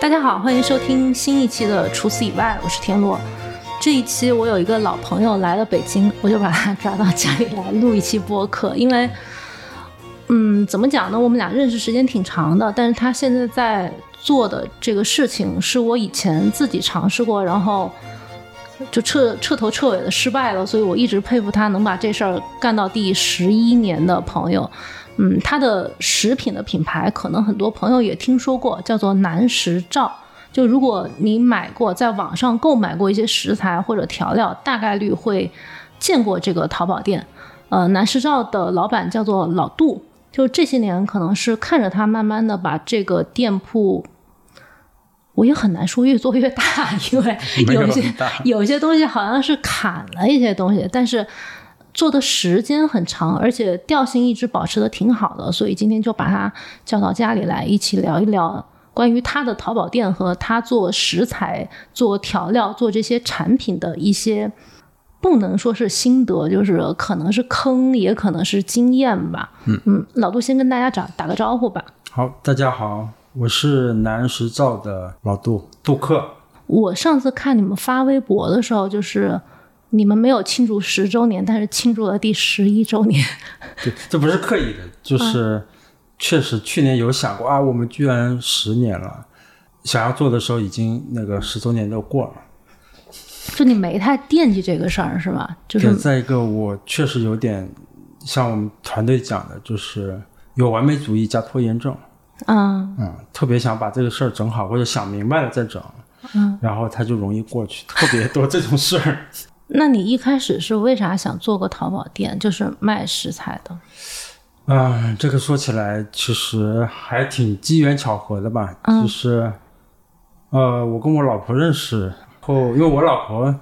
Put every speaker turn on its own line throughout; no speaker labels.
大家好，欢迎收听新一期的《除此以外》，我是田螺。这一期我有一个老朋友来了北京，我就把他抓到家里来录一期播客，因为，嗯，怎么讲呢？我们俩认识时间挺长的，但是他现在在做的这个事情是我以前自己尝试过，然后就彻彻头彻尾的失败了，所以我一直佩服他能把这事儿干到第十一年的朋友。嗯，它的食品的品牌可能很多朋友也听说过，叫做南食兆。就如果你买过，在网上购买过一些食材或者调料，大概率会见过这个淘宝店。呃，南食兆的老板叫做老杜，就这些年可能是看着他慢慢的把这个店铺。我也很难说越做越大，因为
没有
有一些
很大
有一些东西好像是砍了一些东西，但是做的时间很长，而且调性一直保持的挺好的，所以今天就把他叫到家里来，一起聊一聊关于他的淘宝店和他做食材、做调料、做这些产品的一些，不能说是心得，就是可能是坑，也可能是经验吧。嗯老杜先跟大家打打个招呼吧。
好，大家好，我是南石照的老杜杜克。
我上次看你们发微博的时候，就是你们没有庆祝十周年，但是庆祝了第十一周年。
对，这不是刻意的，
啊
就是确实去年有想过啊，我们居然十年了，想要做的时候已经那个十周年都过了。
就你没太惦记这个事儿是吧？就
对，
是
再一个我确实有点像我们团队讲的，就是有完美主义加拖延症，
嗯，
嗯，特别想把这个事儿整好，或者想明白了再整，嗯，然后它就容易过去，特别多这种事儿。
那你一开始是为啥想做个淘宝店，就是卖食材的？
啊，这个说起来其实还挺机缘巧合的吧，就是，呃，我跟我老婆认识后，因为我老婆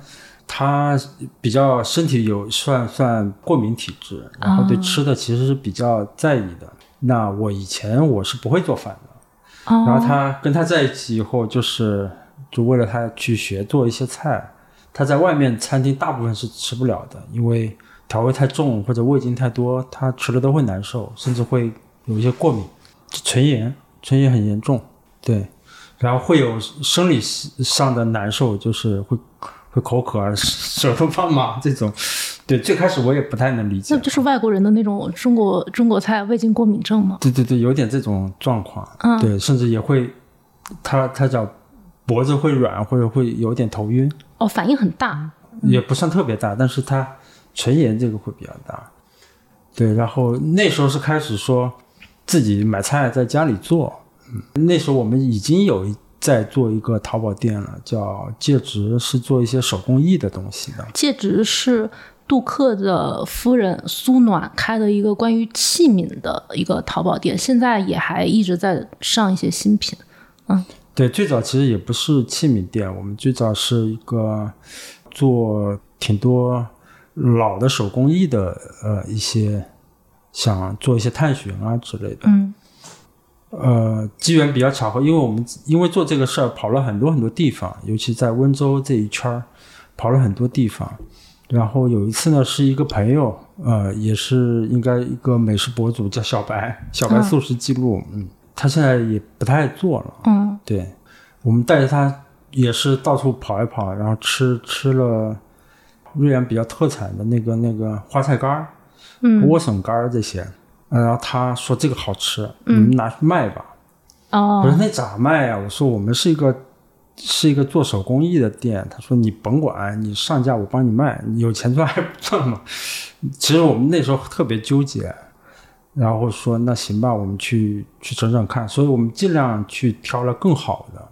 她比较身体有算算过敏体质，然后对吃的其实是比较在意的。那我以前我是不会做饭的，
哦，
然后她跟她在一起以后，就是就为了她去学做一些菜，她在外面餐厅大部分是吃不了的，因为调味太重或者味精太多，她吃了都会难受，甚至会有一些过敏，唇炎，唇炎很严重，对，然后会有生理上的难受，就是会会口渴啊、 舌头发麻这种，对，最开始我也不太能理解
那，就是外国人的那种中国中国菜味精过敏症吗？
对对对，有点这种状况，
嗯
对，甚至也会，他他叫脖子会软或者会有点头晕，
哦，反应很大。
也不算特别大，但是它唇炎这个会比较大。对，然后那时候是开始说自己买菜在家里做，嗯，那时候我们已经有一在做一个淘宝店了，叫戒指，是做一些手工艺的东西的。
戒指是杜克的夫人苏暖开的一个关于器皿的一个淘宝店，现在也还一直在上一些新品。
对，最早其实也不是器皿店，我们最早是一个做挺多老的手工艺的，呃，一些想做一些探寻啊之类的。
嗯，
呃，机缘比较巧合，因为我们因为做这个事儿跑了很多很多地方，尤其在温州这一圈儿，跑了很多地方。然后有一次呢，是一个朋友，呃，也是应该一个美食博主，叫小白，小白素食记录，嗯，他现在也不太做了，
嗯，
对，我们带着他也是到处跑一跑，然后吃吃了瑞安比较特产的那个那个花菜干儿，嗯，莴笋干儿这些，呃然后他说这个好吃，你们拿去卖吧。我
哦，
说那咋卖呀、我说我们是一个是一个做手工艺的店。他说你甭管，你上架我帮你卖，你有钱赚还不赚吗？ 其实我们那时候特别纠结，然后说那行吧，我们去去整整看。所以我们尽量去挑了更好的。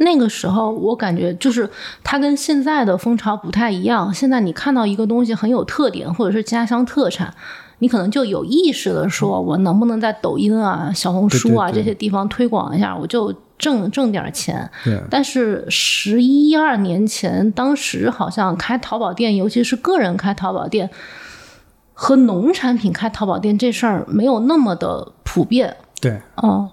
那个时候我感觉就是它跟现在的风潮不太一样。现在你看到一个东西很有特点，或者是家乡特产，你可能就有意识的说，我能不能在抖音啊、小红书啊
对对对
这些地方推广一下，我就挣挣点钱。
对，
但是十一二年前，当时好像开淘宝店，尤其是个人开淘宝店和农产品开淘宝店这事儿没有那么的普遍。
对，
哦，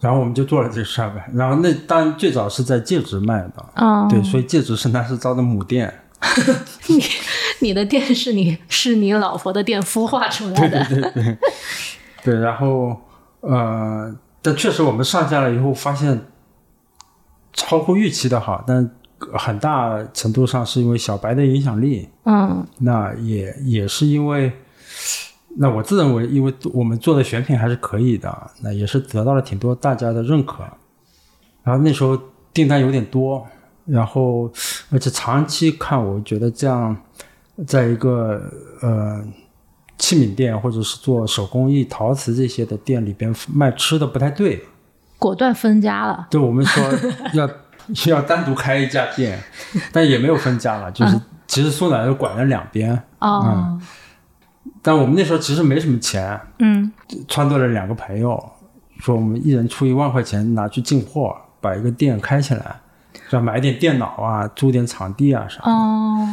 然后我们就做了这事儿呗。然后那当然最早是在戒指卖的，
啊、
对，所以戒指是南石招的母店。
你的店是你是你老婆的店孵化出来的，
对，然后呃，但确实我们上架了以后发现，超乎预期的好，但很大程度上是因为小白的影响力。
嗯
那也也是因为，那我自认为，因为我们做的选品还是可以的，那也是得到了挺多大家的认可。然后那时候订单有点多，然后而且长期看，我觉得这样，在一个呃器皿店或者是做手工艺、陶瓷这些的店里边卖吃的不太对。
果断分家了。
对我们说要要单独开一家店，但也没有分家了，就是其实苏奶就管了两边。
哦，
嗯但我们那时候其实没什么钱，
嗯
撺掇了两个朋友，说我们一人出一万块钱拿去进货，把一个店开起来，要买点电脑啊，租点场地啊啥，
哦，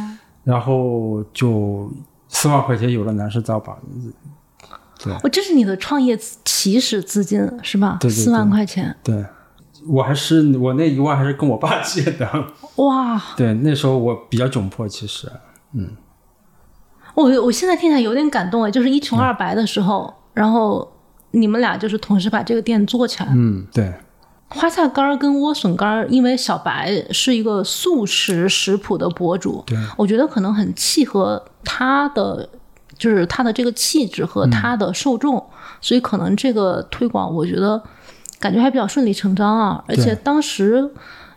然后就四万块钱有了南师造吧，
我这是你的创业起始资金是吧？
对对对
四万块钱，
对。我还是我那一万还是跟我爸借的，
哇！
对，那时候我比较窘迫，其实，
我我现在听起来有点感动哎，就是一穷二白的时候，然后你们俩就是同时把这个店做起来。
嗯，对，
花菜干儿跟莴笋干儿，因为小白是一个素食食谱的博主，
对
我觉得可能很契合他的，就是他的这个气质和他的受众，所以可能这个推广，我觉得感觉还比较顺理成章啊。而且当时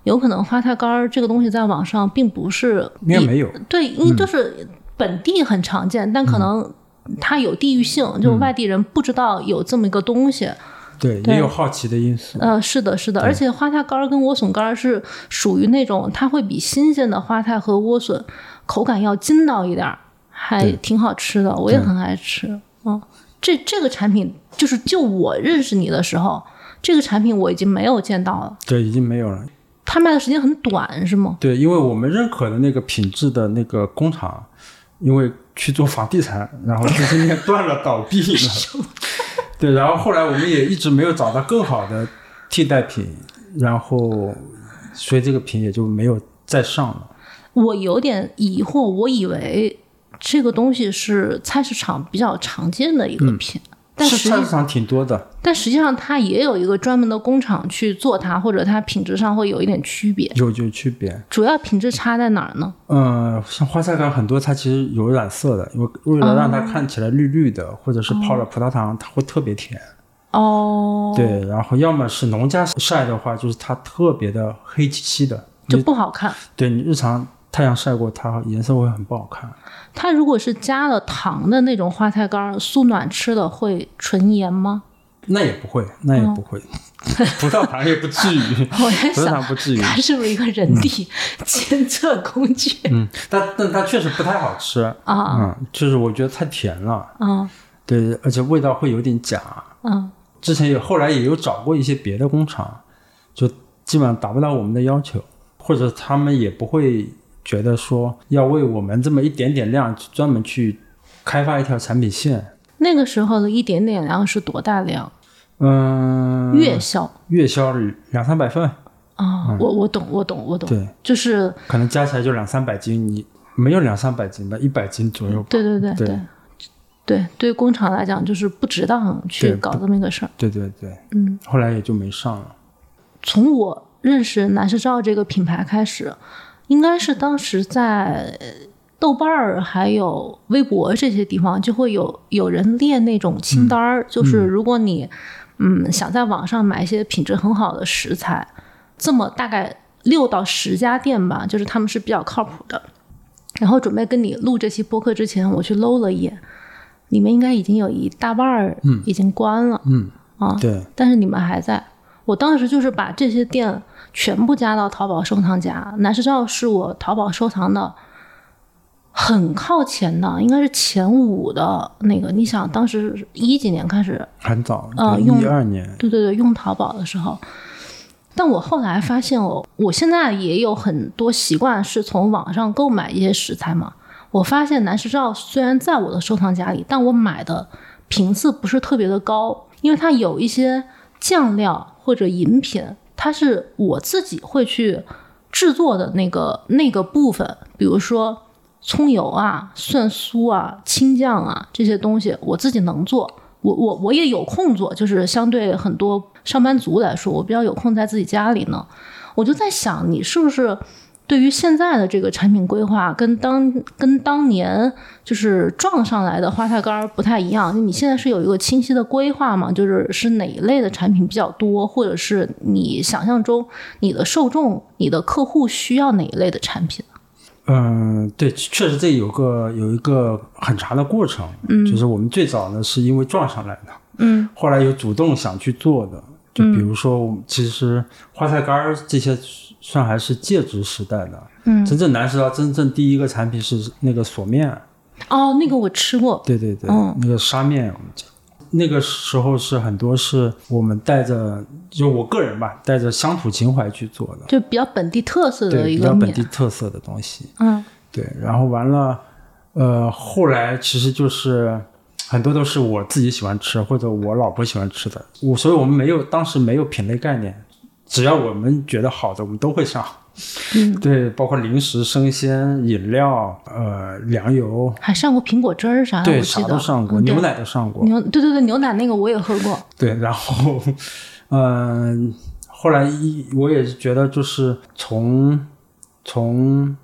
有可能花菜干儿这个东西在网上并不是
应该没有，
对，因为就是本地很常见，但可能它有地域性，就外地人不知道有这么一个东西。
对，
对
也有好奇的因素，
呃，是的，是的，而且花菜干儿跟莴笋干儿是属于那种，它会比新鲜的花菜和莴笋口感要筋道一点儿，还
对
挺好吃的，我也很爱吃。嗯，这这个产品就是就我认识你的时候，这个产品我已经没有见到了，
对，已经没有了。
它卖的时间很短，是吗？
对，因为我们认可的那个品质的那个工厂，因为去做房地产，然后就今天断了，倒 闭了。 对，然后后来我们也一直没有找到更好的替代品，然后所以这个品也就没有再上了。
我有点疑惑，我以为这个东西是菜市场比较常见的一个品，但
嗯是
实
菜
际
市场挺多的，
但实际上它也有一个专门的工厂去做它，或者它品质上会有一点区别。
有有区别。
主要品质差在哪儿呢？
嗯，像花菜干很多，它其实有染色的，因为为了让它
哦
看起来绿绿的，或者是泡了葡萄糖，它会特别甜。
哦，，
对，然后要么是农家晒的话，就是它特别的黑漆漆的，
就不好看。
对你日常太阳晒过它，颜色会很不好看。
它如果是加了糖的那种花菜干儿，速暖吃的会纯盐吗？
那也不会，那也不会， 葡萄糖也不至于
嗯 ，我在
葡萄
想
糖，不至于。
它是不是一个人体 监测工具、
嗯，但但它确实不太好吃，
啊？
嗯，就是我觉得太甜了，
嗯
对，而且味道会有点假。
嗯
之前也后来也有找过一些别的工厂，就基本上达不到我们的要求，或者他们也不会觉得说要为我们这么一点点量专门去开发一条产品线。
那个时候的一点点量是多大量？
嗯，
月销
月销两三百份，
啊、我我懂，我懂，我懂，
对，
就是
可能加起来就两三百斤，你没有两三百斤吧，一百斤左右吧。
对对对
对
对对，对于工厂来讲，就是不值当去
对
搞这么一个事儿。
对对对，
嗯，
后来也就没上了。
从我认识南施照这个品牌开始，应该是当时在呃豆瓣儿还有微博这些地方，就会有有人列那种清单儿，就是如果你嗯想在网上买一些品质很好的食材，这么大概六到十家店吧，就是他们是比较靠谱的。然后准备跟你录这期播客之前，我去搂了一眼，里面应该已经有一大半儿已经关了。
嗯，
啊
对，
但是你们还在。我当时就是把这些店全部加到淘宝收藏夹，南石照是我淘宝收藏的很靠前的，应该是前五的那个。你想，当时一几年开始，
很早，
啊
对，
用
一二年，
对对对，用淘宝的时候。但我后来发现哦，我现在也有很多习惯是从网上购买一些食材嘛。我发现南石照虽然在我的收藏夹里，但我买的频次不是特别的高，因为它有一些酱料或者饮品，它是我自己会去制作的那个那个部分，比如说葱油啊、蒜酥啊、青酱啊这些东西，我自己能做。我我我也有空做，就是相对很多上班族来说，我比较有空在自己家里呢，我就在想，你是不是对于现在的这个产品规划，跟当跟当年就是撞上来的花菜干儿不太一样？你现在是有一个清晰的规划吗？就是是哪一类的产品比较多，或者是你想象中你的受众、你的客户需要哪一类的产品？啊
嗯，对，确实这有个有一个很长的过程，嗯，就是我们最早呢是因为撞上来的，
嗯，
后来有主动想去做的，就比如说，我们其实花菜干儿这些算还是介质时代的，
嗯
真正南石膏真正第一个产品是那个锁面，
哦，那个我吃过，
对对对，
嗯
那个沙面我们讲，那个时候是很多是我们带着，就我个人吧，带着乡土情怀去做的，
就比较本地特色的
对，
一
比
个
较本
面
地，特色的东西，
嗯
对，然后完了，呃，后来其实就是很多都是我自己喜欢吃或者我老婆喜欢吃的，我所以我们没有当时没有品类概念，只要我们觉得好的，我们都会上。
嗯，
对，包括零食、生鲜、饮料、呃，粮油，
还上过苹果汁儿啥的，
对，
啊我记
啥
得
都上过，
嗯对
牛奶都上过，
牛对对对牛奶那个我也喝过，
对，然后，嗯、后来一我也是觉得，就是从从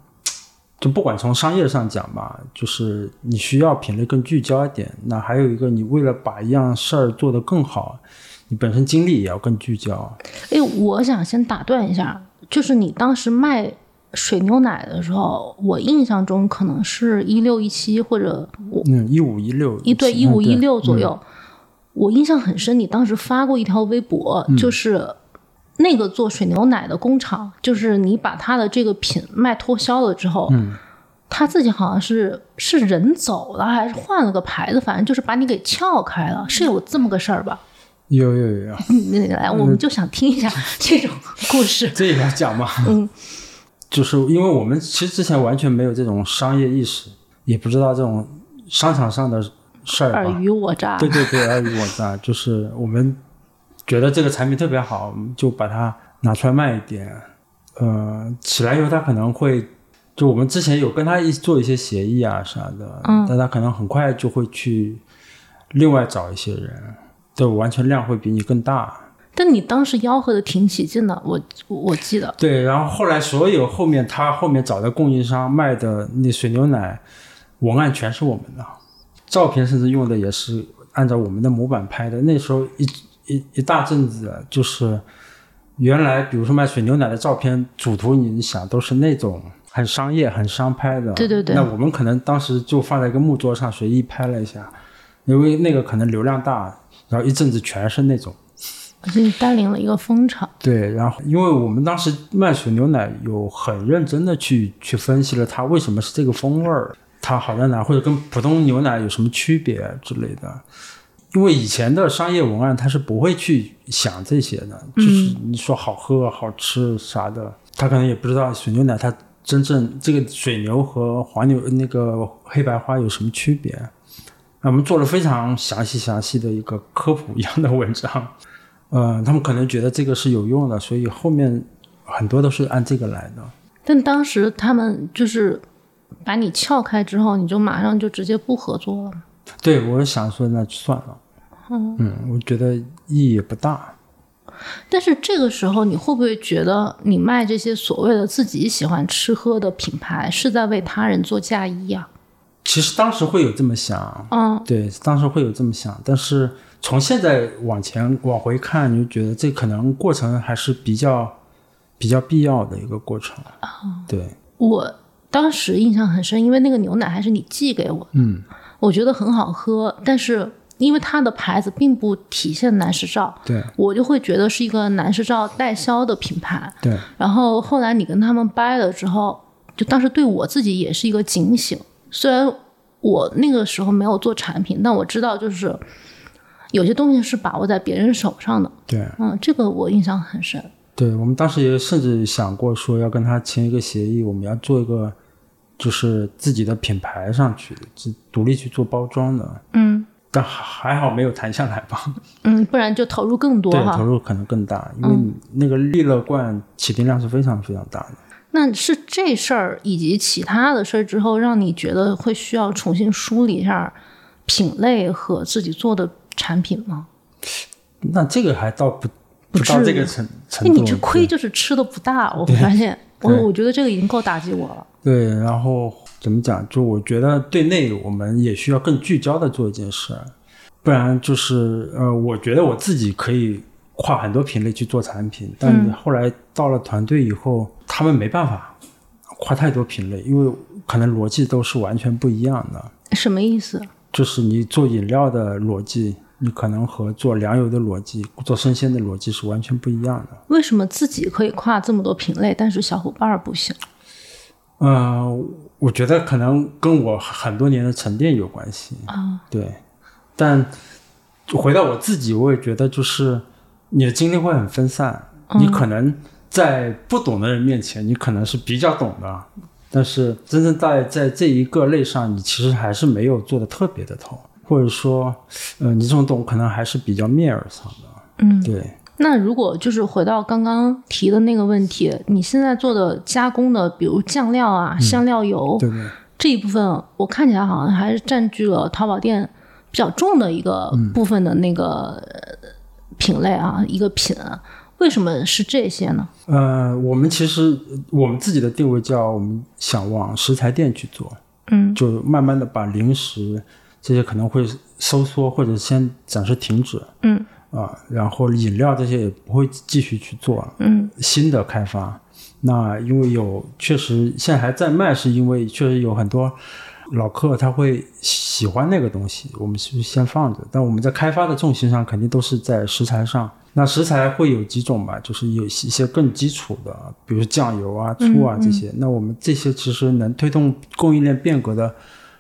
就不管从商业上讲吧，就是你需要品类更聚焦一点。那还有一个，你为了把一样事儿做得更好，你本身精力也要更聚焦。
哎，我想先打断一下，就是你当时卖水牛奶的时候，我印象中可能是一六一七或者我
嗯，一五一六
一对一五一六左。
嗯
右，我印象很深。你当时发过一条微博，
嗯
就是那个做水牛奶的工厂，就是你把它的这个品卖脱销了之后，
嗯
他自己好像是是人走了还是换了个牌子，反正就是把你给撬开了，是有这么个事儿吧？
有有有有，
你来，我
嗯
们就想听 一下这种故事。
这也要讲嘛。
嗯，
就是因为我们其实之前完全没有这种商业意识，也不知道这种商场上的事儿吧。
尔虞我诈，
对对对，尔虞我诈，就是我们觉得这个产品特别好，我们就把它拿出来卖一点。呃，起来以后它可能会，就我们之前有跟他一起做一些协议啊啥的，
嗯
但他可能很快就会去另外找一些人，对，完全量会比你更大。
但你当时吆喝的挺起劲的，我我我记得，
对，然后后来所有后面他后面找的供应商卖的那水牛奶文案全是我们的，照片甚至用的也是按照我们的模板拍的。那时候一一一大阵子啊就是原来比如说卖水牛奶的照片主图，你想都是那种很商业、很商拍的。
对对对
那我们可能当时就放在一个木桌上随意拍了一下，因为那个可能流量大，然后一阵子全是那种。
而且你带领了一个风潮，
对，然后因为我们当时卖水牛奶有很认真的去去分析了它为什么是这个风味儿，它好在哪，或者跟普通牛奶有什么区别之类的。因为以前的商业文案它是不会去想这些的，就是你说好喝、好吃啥的，他可能也不知道水牛奶它真正这个水牛和黄牛那个黑白花有什么区别。那我们做了非常详细详细的一个科普一样的文章，呃，他们可能觉得这个是有用的，所以后面很多都是按这个来的。
但当时他们就是把你撬开之后，你就马上就直接不合作了嘛。
对，我想说那就算了，
嗯，
嗯，我觉得意义也不大。
但是这个时候，你会不会觉得你卖这些所谓的自己喜欢吃喝的品牌，是在为他人做嫁衣啊？
其实当时会有这么想，
嗯，
对，当时会有这么想，但是从现在往前往回看，你就觉得这可能过程还是比较比较必要的一个过程。对，
我当时印象很深，因为那个牛奶还是你寄给我的，
嗯，
我觉得很好喝，但是因为它的牌子并不体现男士照，
对，
我就会觉得是一个男士照代销的品牌。
对，
然后后来你跟他们掰了之后，就当时对我自己也是一个警醒。虽然我那个时候没有做产品，但我知道就是有些东西是把握在别人手上的。
对。
嗯，这个我印象很深。
对我们当时也甚至想过说要跟他签一个协议，我们要做一个就是自己的品牌上去，自独立去做包装的，
嗯
但还还好没有谈下来吧。
嗯，不然就投入更多
对，投
哈。
入可能更大，因为
嗯
你那个利乐罐起订量是非常非常大的。
那是这事儿以及其他的事儿之后，让你觉得会需要重新梳理一下品类和自己做的产品吗？
那这个还倒不
不
不到
至
这
于
个。程程
那
度。
你这亏就是吃的不大， 我发现，我
对
我觉得这个已经够打击我了。
对，然后怎么讲？就我觉得对内我们也需要更聚焦的做一件事，不然就是呃，我觉得我自己可以跨很多品类去做产品，但
嗯
后来到了团队以后，他们没办法跨太多品类，因为可能逻辑都是完全不一样的。
什么意思？
就是你做饮料的逻辑，你可能和做粮油的逻辑、做生鲜的逻辑是完全不一样的。
为什么自己可以跨这么多品类，但是小伙伴儿不行？
呃，我觉得可能跟我很多年的沉淀有关系。
啊，
对，但回到我自己，我也觉得就是你的精力会很分散，
嗯
你可能在不懂的人面前，你可能是比较懂的，但是真正在在这一个类上，你其实还是没有做的特别的透，或者说，呃，你这种懂可能还是比较面儿上的。
嗯，
对，
那如果就是回到刚刚提的那个问题，你现在做的加工的，比如酱料啊、香料油
嗯对对。
这一部分，我看起来好像还是占据了淘宝店比较重的一个部分的那个呃品类啊，一个品啊。为什么是这些呢？
呃，我们其实呃我们自己的定位叫我们想往食材店去做，
嗯，
就慢慢的把零食这些可能会收缩或者先暂时停止，
嗯
啊，然后饮料这些也不会继续去做了，
嗯
新的开发。那因为有确实现在还在卖，是因为确实有很多老客他会喜欢那个东西，我们是先放着。但我们在开发的重心上，肯定都是在食材上。那食材会有几种吧，就是有一些更基础的，比如酱油啊、醋啊这些。那我们这些其实能推动供应链变革的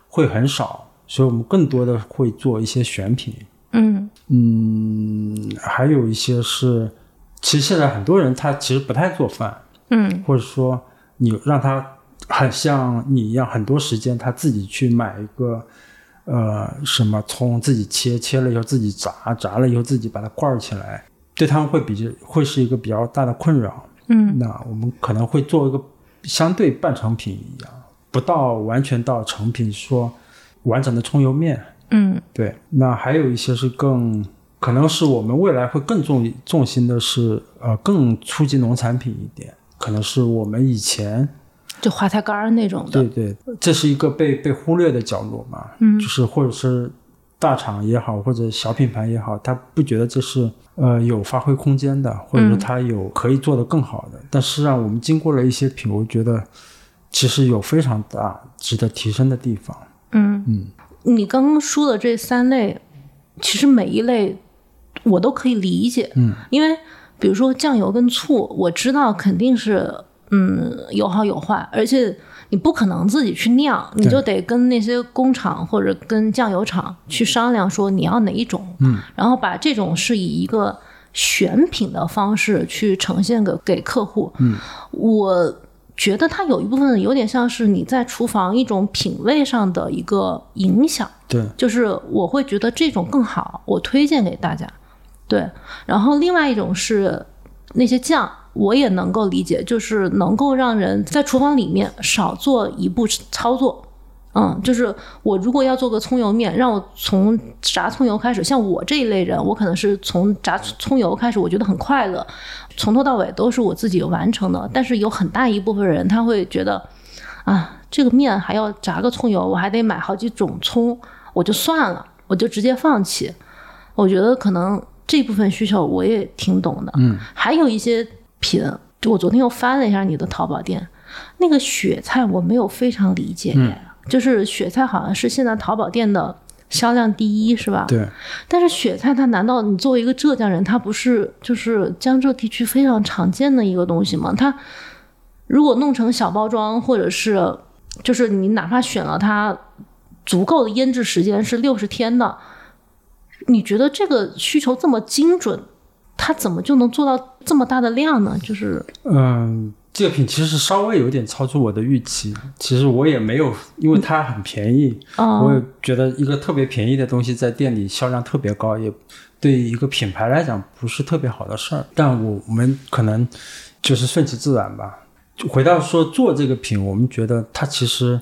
会很少，所以我们更多的会做一些选品。
嗯
嗯，还有一些是，其实现在很多人他其实不太做饭，
嗯
或者说你让他很像你一样，很多时间他自己去买一个呃什么葱，自己切，切了以后自己炸，炸了以后自己把它罐儿起来，对他们会比较会是一个比较大的困扰。
嗯
那我们可能会做一个相对半成品一样，不到完全到成品，说完整的葱油面。
嗯
对，那还有一些是更，可能是我们未来会更重重心的是，呃，更促进农产品一点，可能是我们以前
就花菜干儿那种的。
对对，这是一个被被忽略的角落嘛，
嗯
就是或者是大厂也好，或者小品牌也好，他不觉得这是呃有发挥空间的，或
嗯
者说他有可以做得更好的，但实际上我们经过了一些品，我觉得其实有非常大值得提升的地方。
嗯，你刚刚说的这三类，其实每一类我都可以理解。
嗯，
因为比如说酱油跟醋，我知道肯定是嗯有好有坏，而且你不可能自己去酿，你就得跟那些工厂或者跟酱油厂去商量说你要哪一种，
嗯，
然后把这种是以一个选品的方式去呈现给给客户。嗯，我觉得它有一部分有点像是你在厨房一种品味上的一个影响，
对，
就是我会觉得这种更好，我推荐给大家。对，然后另外一种是那些酱，我也能够理解，就是能够让人在厨房里面少做一步操作。嗯，就是我如果要做个葱油面，让我从炸葱油开始，像我这一类人，我可能是从炸葱油开始，我觉得很快乐，从头到尾都是我自己完成的。但是有很大一部分人他会觉得，啊，这个面还要炸个葱油，我还得买好几种葱，我就算了，我就直接放弃。我觉得可能这部分需求我也挺懂的。嗯，还有一些品，就我昨天又翻了一下你的淘宝店，那个雪菜我没有非常理解耶，就是雪菜好像是现在淘宝店的销量第一，是吧？
对，
但是雪菜，它难道你作为一个浙江人，它不是就是江浙地区非常常见的一个东西吗？它如果弄成小包装，或者是就是你哪怕选了它足够的腌制时间是六十天的，你觉得这个需求这么精准，它怎么就能做到这么大的量呢？就是
嗯，这个品其实稍微有点超出我的预期。其实我也没有，因为它很便宜，
啊、
我也觉得一个特别便宜的东西在店里销量特别高，也对于一个品牌来讲不是特别好的事儿。但我们可能就是顺其自然吧。就回到说做这个品，我们觉得它其实。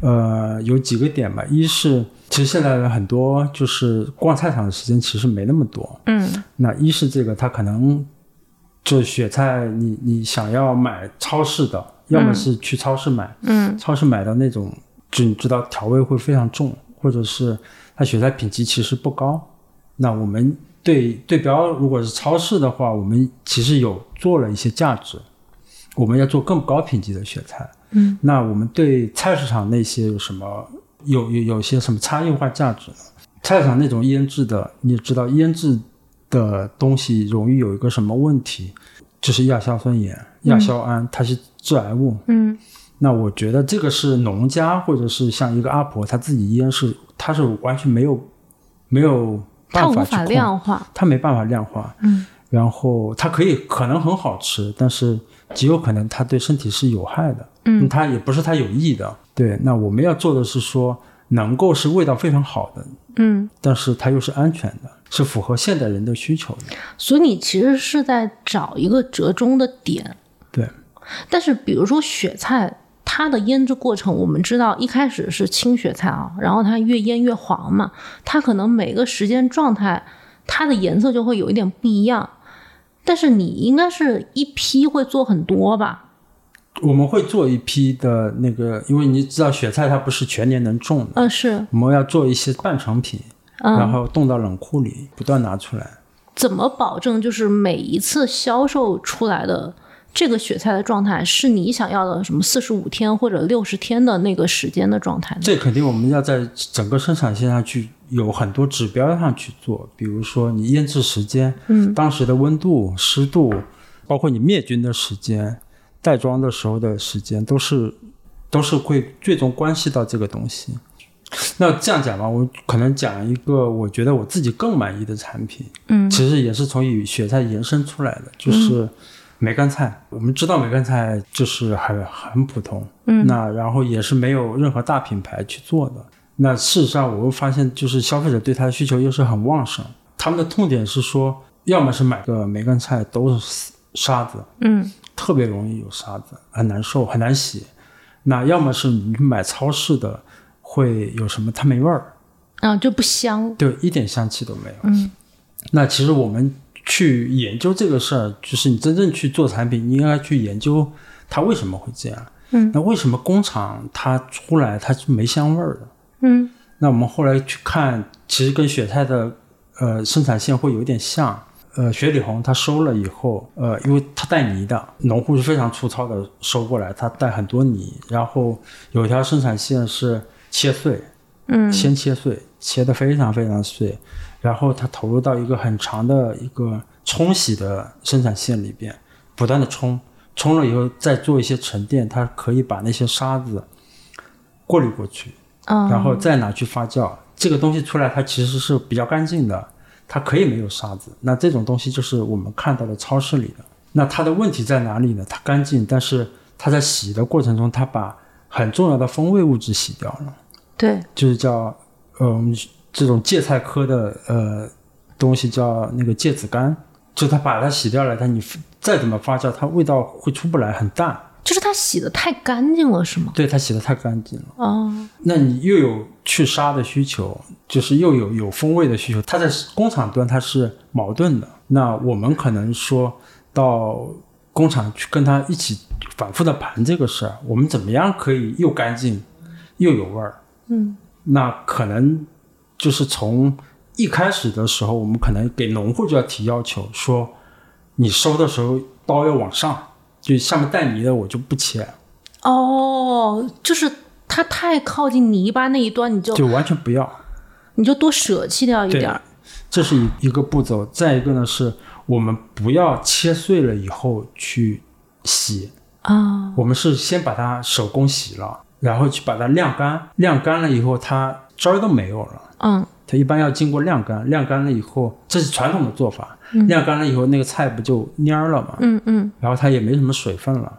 呃，有几个点吧，一是其实现在人很多就是逛菜场的时间其实没那么多，
嗯
那一是这个他可能这雪菜你你想要买超市的，要么是去超市买，
嗯
超市买的那种，就你知道调味会非常重，或者是它雪菜品级其实不高。那我们对对标如果是超市的话，我们其实有做了一些价值，我们要做更高品级的雪菜。
嗯，
那我们对菜市场那些有什么有有有些什么差异化价值呢？菜市场那种腌制的，你也知道腌制的东西容易有一个什么问题，就是亚硝酸盐、亚硝胺，它是致癌物。
嗯
那我觉得这个是农家或者是像一个阿婆，她自己腌是，她是完全没有没有
它
办
无
法去
法
控，
量化，
她没办法量化。
嗯
然后它可以可能很好吃，但是极有可能它对身体是有害的。
嗯
它也不是它有益的。对，那我们要做的是说，能够是味道非常好的，
嗯，
但是它又是安全的，是符合现代人的需求的。
所以你其实是在找一个折中的点，
对，
但是比如说雪菜。它的腌制过程，我们知道一开始是青雪菜啊，然后它越腌越黄嘛，它可能每个时间状态，它的颜色就会有一点不一样。但是你应该是一批会做很多吧？
我们会做一批的那个，因为你知道雪菜它不是全年能种的，
嗯，是，
我们要做一些半成品，然
嗯，
后冻到冷库里，不断拿出来。
怎么保证就是每一次销售出来的这个雪菜的状态是你想要的什么四十五天或者六十天的那个时间的状态呢？
这肯定我们要在整个生产线上去有很多指标上去做，比如说你腌制时间，
嗯，
当时的温度、湿度，包括你灭菌的时间、袋装的时候的时间，都是都是会最终关系到这个东西。那这样讲吧，我可能讲一个我觉得我自己更满意的产品，
嗯
其实也是从以雪菜延伸出来的，就是梅干菜。我们知道梅干菜就是很很普通，
嗯
那然后也是没有任何大品牌去做的。那事实上，我会发现，就是消费者对它的需求又是很旺盛，他们的痛点是说，要么是买个梅干菜都是沙子，
嗯
特别容易有沙子，很难受，很难洗。那要么是你买超市的，会有什么它没味儿，
啊，就不香。
对，一点香气都没有。
嗯
那其实我们去研究这个事儿，就是你真正去做产品，你应该去研究它为什么会这样。
嗯，
那为什么工厂它出来它是没香味儿的？
嗯
那我们后来去看，其实跟雪菜的呃生产线会有点像。呃，雪里红它收了以后，呃，因为它带泥的，农户是非常粗糙的收过来，它带很多泥。然后有一条生产线是切碎，
嗯
先切碎，切得非常非常碎，然后它投入到一个很长的一个冲洗的生产线里边，不断的冲，冲了以后再做一些沉淀，它可以把那些沙子过滤过去，
啊，
然后再拿去发酵。这个东西出来，它其实是比较干净的，它可以没有沙子。那这种东西就是我们看到的超市里的。那它的问题在哪里呢？它干净，但是它在洗的过程中，它把很重要的风味物质洗掉了。
对，
就是叫呃我们这种芥菜科的呃东西叫那个芥子干，就它把它洗掉了，它你再怎么发酵，它味道会出不来，很淡。
就是它洗的太干净了，是吗？
对，它洗的太干净了。
啊，
那你又有去沙的需求，就是又有有风味的需求，它在工厂端它是矛盾的。那我们可能说到工厂去跟它一起反复的盘这个事儿，我们怎么样可以又干净又有味儿？
嗯，
那可能就是从一开始的时候，我们可能给农户就要提要求，说你收的时候刀要往上，就下面带泥的我就不切，
哦，就是它太靠近泥巴那一端，你就
就完全不要。
你就多舍弃掉一
对
点儿。
这是一一个步骤。再一个呢，是我们不要切碎了以后去洗，
啊，
我们是先把它手工洗了，然后去把它晾干，晾干了以后它汁儿都没有了。
嗯
它一般要经过晾干，晾干了以后，这是传统的做法。晾干了以后，那个菜不就蔫儿了吗？
嗯嗯
然后它也没什么水分了，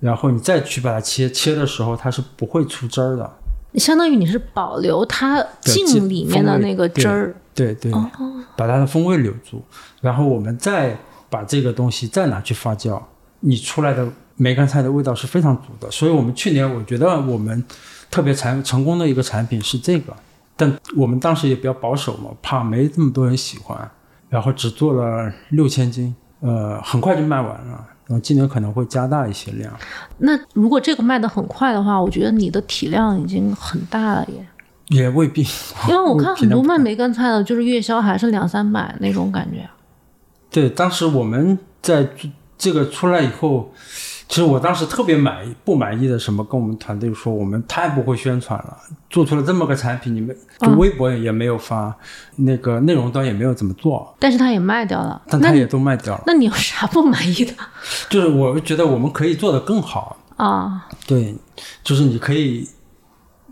然后你再去把它切，切的时候它是不会出汁儿的。
相当于你是保留它
对这
茎里面的
风味
那个
对
汁儿。
对对，
哦
把它的风味留住，然后我们再把这个东西再拿去发酵，你出来的梅干菜的味道是非常足的。所以我们去年我觉得我们特别成成功的一个产品是这个，但我们当时也比较保守嘛，怕没这么多人喜欢，然后只做了六千斤，呃，很快就卖完了。然后今年可能会加大一些量。
那如果这个卖的很快的话，我觉得你的体量已经很大了耶。
也未必，
因为我
哦
看很多
品
卖梅干菜的，就是月销还是两三百那种感觉。
对，当时我们在这这个出来以后，其实我当时特别满意不满意的什么，跟我们团队说，我们太不会宣传了，做出了这么个产品，你们
嗯
就微博也没有发，那个内容端也没有怎么做，
但是它也卖掉了。
但
那
它也都卖掉了。
那你有啥不满意的
就是我觉得我们可以做得更好，
啊？
对，就是你可以。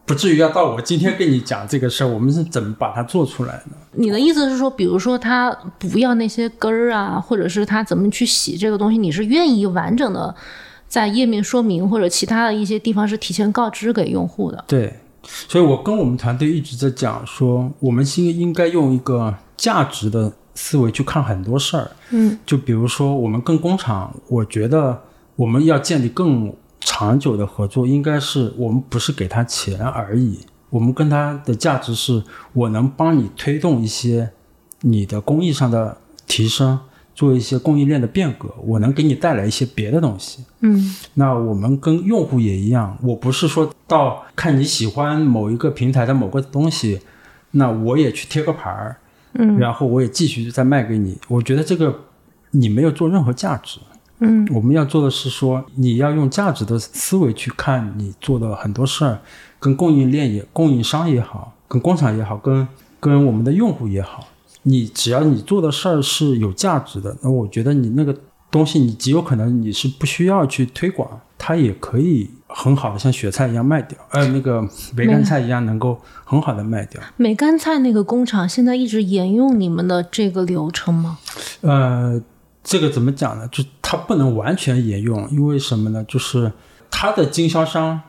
不至于要到我今天跟你讲这个事儿，我们是怎么把它做出来的？
你的意思是说，比如说它不要那些根儿啊，或者是它怎么去洗这个东西，你是愿意完整的在页面说明或者其他的一些地方是提前告知给用户的
对，所以我跟我们团队一直在讲说，我们应应该用一个价值的思维去看很多事儿。
嗯，
就比如说我们跟工厂，我觉得我们要建立更长久的合作，应该是我们不是给他钱而已，我们跟他的价值是我能帮你推动一些你的工艺上的提升，做一些供应链的变革，我能给你带来一些别的东西。
嗯，
那我们跟用户也一样，我不是说到看你喜欢某一个平台的某个东西，那我也去贴个牌儿，嗯，然后我也继续再卖给你。我觉得这个你没有做任何价值，嗯，我们要做的是说，你要用价值的思维去看你做的很多事儿，跟供应链也、供应商也好，跟工厂也好，跟跟我们的用户也好，你只要你做的事儿是有价值的，那我觉得你那个东西，你极有可能你是不需要去推广，它也可以很好的像雪菜一样卖掉，呃，那个梅干菜一样能够很好的卖掉。
梅干菜那个工厂现在一直沿用你们的这个流程吗？
呃，这个怎么讲呢？就它不能完全沿用，因为什么呢？就是它的经销商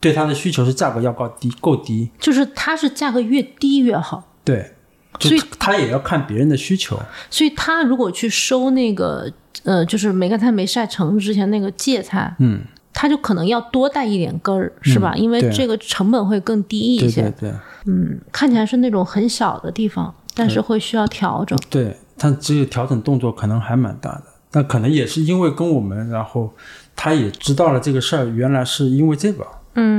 对它的需求是价格要高低够低，
就是它是价格越低越好，
对，就
所以
它也要看别人的需求。
所以他如果去收那个呃，就是梅干菜没晒成之前那个芥菜，
嗯，
他就可能要多带一点根儿，是吧？因为
对
这个成本会更低一
对
些。
对对
嗯，看起来是那种很小的地方，但是会需要调整。
对，它这个调整动作可能还蛮大的，但可能也是因为跟我们，然后他也知道了这个事儿，原来是因为这个。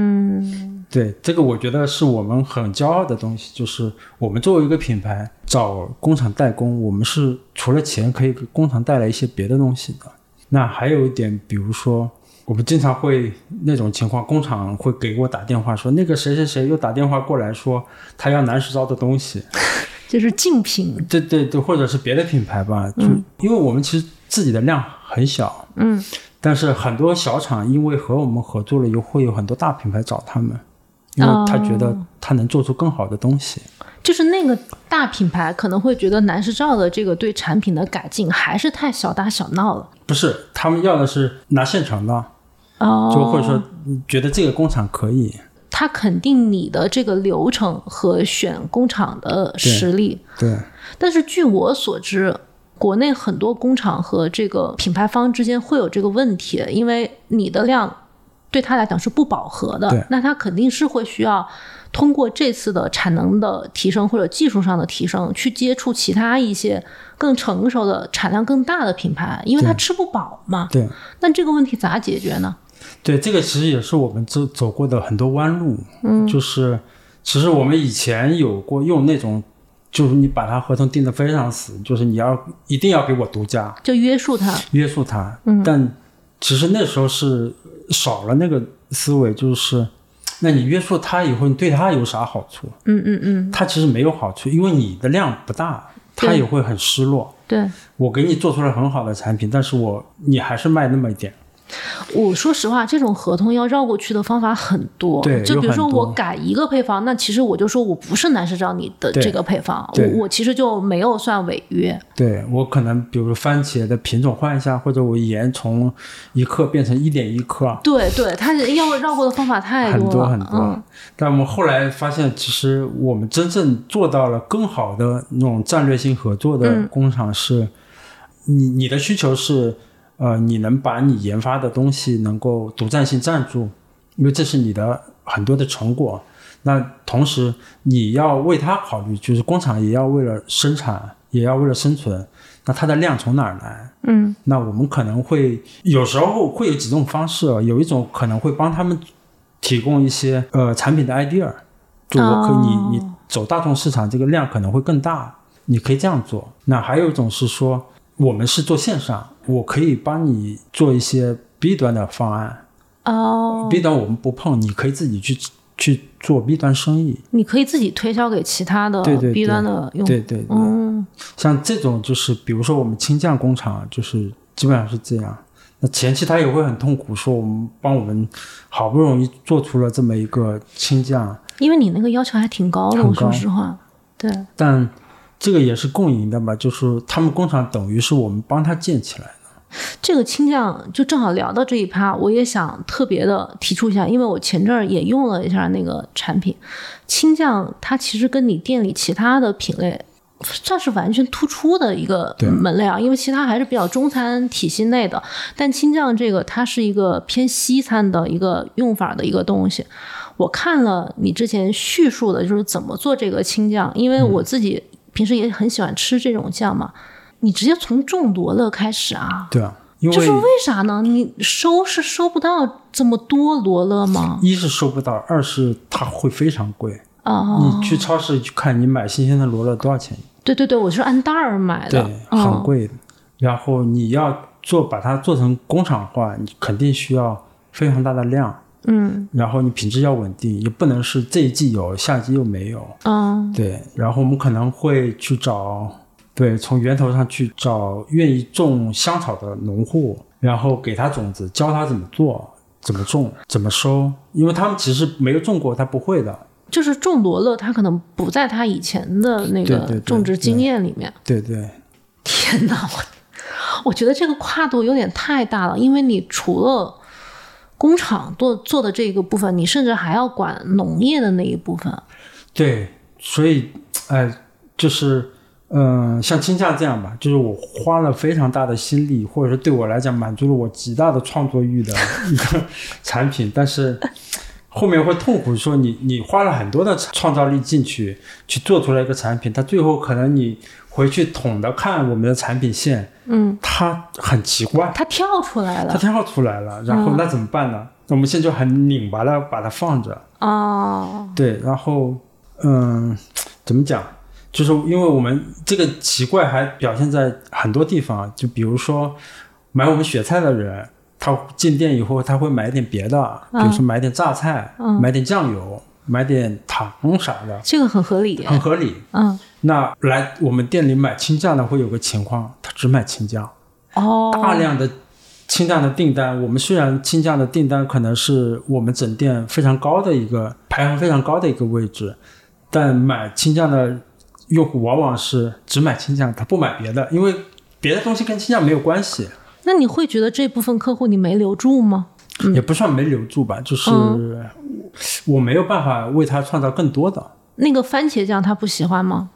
嗯
对，这个我觉得是我们很骄傲的东西，就是我们作为一个品牌找工厂代工，我们是除了钱可以给工厂带来一些别的东西的。那还有一点，比如说我们经常会那种情况，工厂会给我打电话说，那个谁谁谁又打电话过来说他要南石膏的东西，
就是竞品。
对对对，或者是别的品牌吧，就、因为我们其实自己的量很小，
嗯，
但是很多小厂因为和我们合作了，又会有很多大品牌找他们，因为他觉得
哦
他能做出更好的东西。
就是那个大品牌可能会觉得南石兆的这个对产品的改进还是太小打小闹了。
不是，他们要的是拿现成的，
哦，
就或者说觉得这个工厂可以。
他肯定你的这个流程和选工厂的实力，
对，
但是据我所知，国内很多工厂和这个品牌方之间会有这个问题，因为你的量对他来讲是不饱和
对
的，那他肯定是会需要通过这次的产能的提升或者技术上的提升，去接触其他一些更成熟的、产量更大的品牌，因为他吃不饱嘛。
对，
那这个问题咋解决呢？
对，这个其实也是我们走走过的很多弯路。嗯，就是其实我们以前有过用那种，就是你把它合同定得非常死，就是你要一定要给我独家，
就约束他，
约束他。
嗯
但其实那时候是少了那个思维，就是那你约束他以后，你对他有啥好处？
嗯嗯嗯，
他其实没有好处，因为你的量不大，他
对
也会很失落。
对。
我给你做出了很好的产品，但是我你还是卖那么一点。
我说实话，这种合同要绕过去的方法很多。
对
就比如说
有很多
我改一个配方，那其实我就说我不是南石照你的
对
这个配方，
对
我我其实就没有算违约。
对我可能，比如说番茄的品种换一下，或者我盐从一克变成一点一克，
对对，他要绕过的方法太
很
了。
很多。
嗯，
但我们后来发现，其实我们真正做到了更好的那种战略性合作的
嗯
工厂是，呃你你的需求是，呃，你能把你研发的东西能够独占性站住，因为这是你的很多的成果。那同时，你要为它考虑，就是工厂也要为了生产，也要为了生存，那它的量从哪儿来？
嗯
那我们可能会有时候会有几种方式啊，有一种可能会帮他们提供一些呃产品的 idea，就我可以、
哦
你你走大众市场，这个量可能会更大，你可以这样做。那还有一种是说，我们是做线上，我可以帮你做一些 B 端的方案、
哦，
b 端我们不碰，你可以自己去去做 B 端生意。
你可以自己推销给其他的
对对对
B 端的呃用户。
对对对，
嗯
像这种就是，比如说我们青酱工厂，啊就是基本上是这样。那前期他也会很痛苦，说我们帮我们好不容易做出了这么一个青酱，
因为你那个要求还挺高的，
很
我说
高
实话。对，
但这个也是共赢的嘛，就是他们工厂等于是我们帮他建起来的。
这个倾向就正好聊到这一趴，我也想特别的提出一下，因为我前阵儿也用了一下那个产品，倾向它其实跟你店里其他的品类 算是完全突出的一个
对
门类啊，因为其他还是比较中餐体系内的，但青酱这个它是一个偏西餐的一个用法的一个东西。我看了你之前叙述的，就是怎么做这个青酱，因为我自己平时也很喜欢吃这种酱嘛。你直接从众多乐开始啊，
对啊，因
就是为
为
啥呢？你收是收不到这么多罗勒吗？
一是收不到，二是它会非常贵。
啊，
你去超市去看，你买新鲜的罗勒多少钱？
对对对，我是按袋儿买
对
的，，
很
嗯，
贵的。然后你要做把它做成工厂化，你肯定需要非常大的量，
嗯
然后你品质要稳定，也不能是这一季有，下季又没有。
嗯
对，然后我们可能会去找，对，从源头上去找愿意种香草的农户，然后给他种子，教他怎么做。怎么种，怎么收？因为他们其实没有种过，他不会的。
就是种罗勒，它可能不在他以前的那
对对
个
对
种植经验里面。
对对，
天哪，我我觉得这个跨度有点太大了，因为你除了工厂做做的这个部分，你甚至还要管农业的那一部分。
对，所以，哎，就是，嗯、像青夏这样吧，就是我花了非常大的心力，或者说对我来讲满足了我极大的创作欲的一个 产品，但是后面会痛苦，说你你花了很多的创造力进去，去做出来一个产品，它最后可能你回去捅的看我们的产品线，
嗯，
它很奇怪，
它跳出来
它
了
跳出来了，然后那怎么办呢？我们现在就很拧巴的把它放着。
啊，
对，然后嗯，怎么讲？就是因为我们这个奇怪还表现在很多地方，就比如说买我们雪菜的人，他进店以后他会买点别的，比如说买点榨菜，买点酱油，买点糖啥的，
这个很合理。
很合理。
嗯，
那来我们店里买青酱的会有个情况，他只买青酱，
哦，
大量的青酱的订单，我们虽然青酱的订单可能是我们整店非常高的一个排行非常高的一个位置，但买青酱的用户往往是只买青酱，他不买别的，因为别的东西跟青酱没有关系，
那你会觉得这部分客户你没留住吗？
也不算没留住吧，就是嗯我没有办法为他创造更多的
那个番茄酱他不喜欢吗？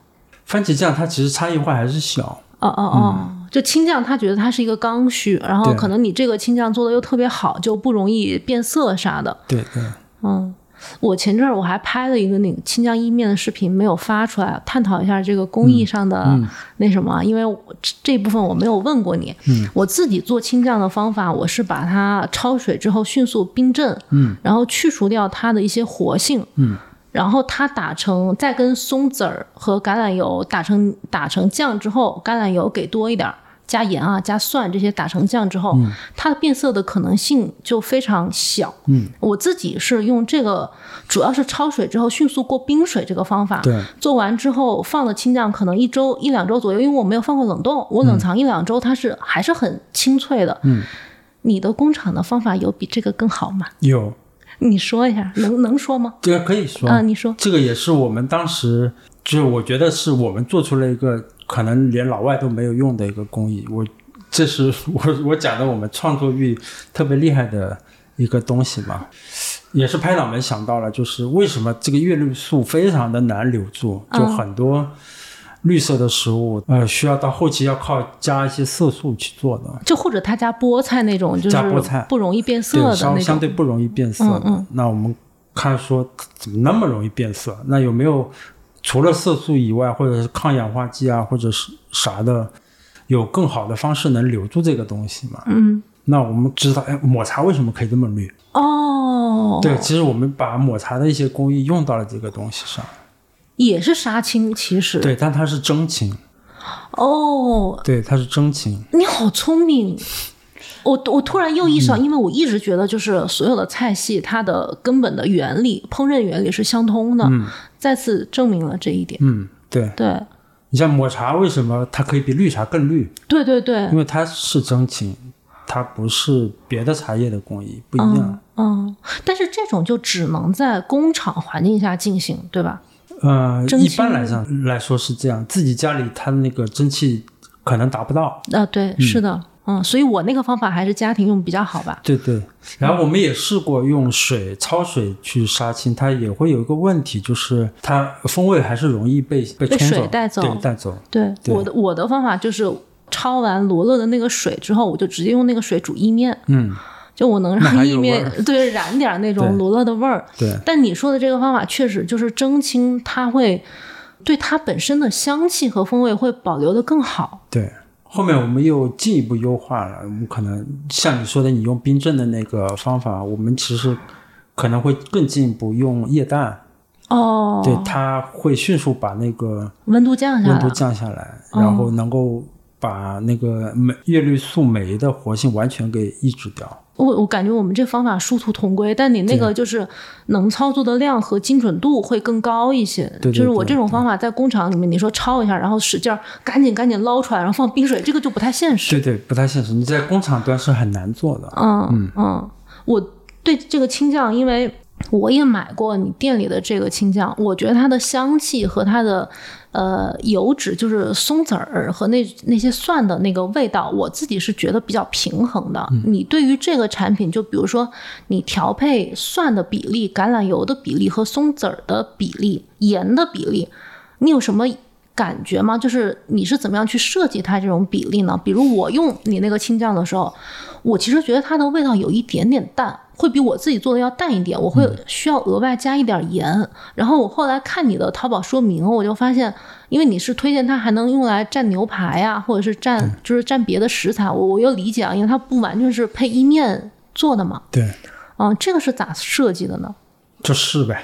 番茄酱，它其实差异化还是小，
哦哦哦，就青酱他觉得它是一个刚需，然后
对
可能你这个青酱做的又特别好，就不容易变色啥的。
对对，
嗯，我前阵儿我还拍了一个那个清江意面的视频，没有发出来，探讨一下这个工艺上的那什么，啊因为我这这部分我没有问过你。嗯，我自己做清酱的方法，我是把它焯水之后迅速冰镇，嗯，然后去除掉它的一些活性，嗯。然后它打成，再跟松子儿和橄榄油打成打成酱之后，橄榄油给多一点儿，加盐啊、加蒜这些打成酱之后，它的变色的可能性就非常小。嗯，我自己是用这个，主要是焯水之后迅速过冰水这个方法。
对，
做完之后放了青酱，可能一周一两周左右，因为我没有放过冷
嗯
冻，我冷藏一两周，它是还是很清脆的。嗯，你的工厂的方法有比这个更好吗？
有
你说一下，能能说吗？
这个可以说
啊，你说，
这个也是我们当时，就是我觉得是我们做出了一个可能连老外都没有用的一个工艺。我这是 我我讲的我们创作欲特别厉害的一个东西嘛，也是拍脑门想到了，就是为什么这个叶绿素非常的难留住，就很多绿色的食物，呃，需要到后期要靠加一些色素去做的。
就或者他加菠菜那种，就
加菠
是
菜
不容易变色
对，
的
相
那
相
种。嗯
对不容易变色的。那我们看说怎么那么容易变色？那有没有除了色素以外，或者是抗氧化剂啊，或者是啥的，有更好的方式能留住这个东西嘛？
嗯，
那我们知道，哎，抹茶为什么可以这么绿？
哦，
对，，其实我们把抹茶的一些工艺用到了这个东西上。
也是杀青，其实，
对，但它是真情，
哦，
对，它是真情。
你好聪 明。我我突然又意识到，因为我一直觉得就是所有的菜系它的根本的原理、烹饪原理是相通的，再次证明了这一点。
嗯，对。
对，
你像抹茶，为什么它可以比绿茶更绿？
对对对
因，为它是真情，它不是别的茶叶的工艺不一样。
嗯，但是这种就只能在工厂环境下进行，对吧？
呃，
蒸
一
汽嗯
般来讲来说是这样，自己家里它的那个蒸汽可能达不到。
啊，对，是的，嗯，所以我那个方法还是家庭用比较好吧。
对对，然后我们也试过用水焯水去杀青，它也会有一个问题，就是它风味还是容易被被
被
冲
水
走，
带走
对，带走。
对，
对
我的我的方法就是焯完罗勒的那个水之后，我就直接用那个水煮意面，
嗯，
就我能
那还
让
有
意面
味儿
对染点儿那种
对
罗勒的味儿。
对，
但你说的这个方法确实就是蒸青，它会对它本身的香气和风味会保留的更好。
对，后面我们又进一步优化了，我们可能像你说的，你用冰镇的那个方法，我们其实可能会更进一步用液氮，
哦，
对，它会迅速把那个
温度降下来
温
了
度降下来，然后能够把那个酶叶绿素酶的活性完全给抑制掉。
我我感觉我们这方法殊途同归，但你那个就是能操作的量和精准度会更高一些。
对对
就是我
对
这种方法在工厂里面，你说焯一下，然后使劲儿赶紧赶紧捞出来，然后放冰水，这个就不太现实。
对对，不太现实，你在工厂端是很难做的。
嗯嗯我对这个青酱，因为我也买过你店里的这个青酱，我觉得它的香气和它的呃油脂，就是松子儿和那那些蒜的那个味道，我自己是觉得比较平衡的。你对于这个产品，就比如说你调配蒜的比例、橄榄油的比例和松子儿的比例、盐的比例，你有什么？感觉吗？就是你是怎么样去设计它这种比例呢？比如我用你那个青酱的时候，我其实觉得它的味道有一点点淡，会比我自己做的要淡一点，我会
嗯
需要额外加一点盐。然后我后来看你的淘宝说明，我就发现，因为你是推荐它还能用来蘸牛排呀、或者是蘸
嗯
就是蘸别的食材，我我又理解啊，因为它不完全是配意面做的嘛。
对，
嗯，这个是咋设计的呢？
就试呗，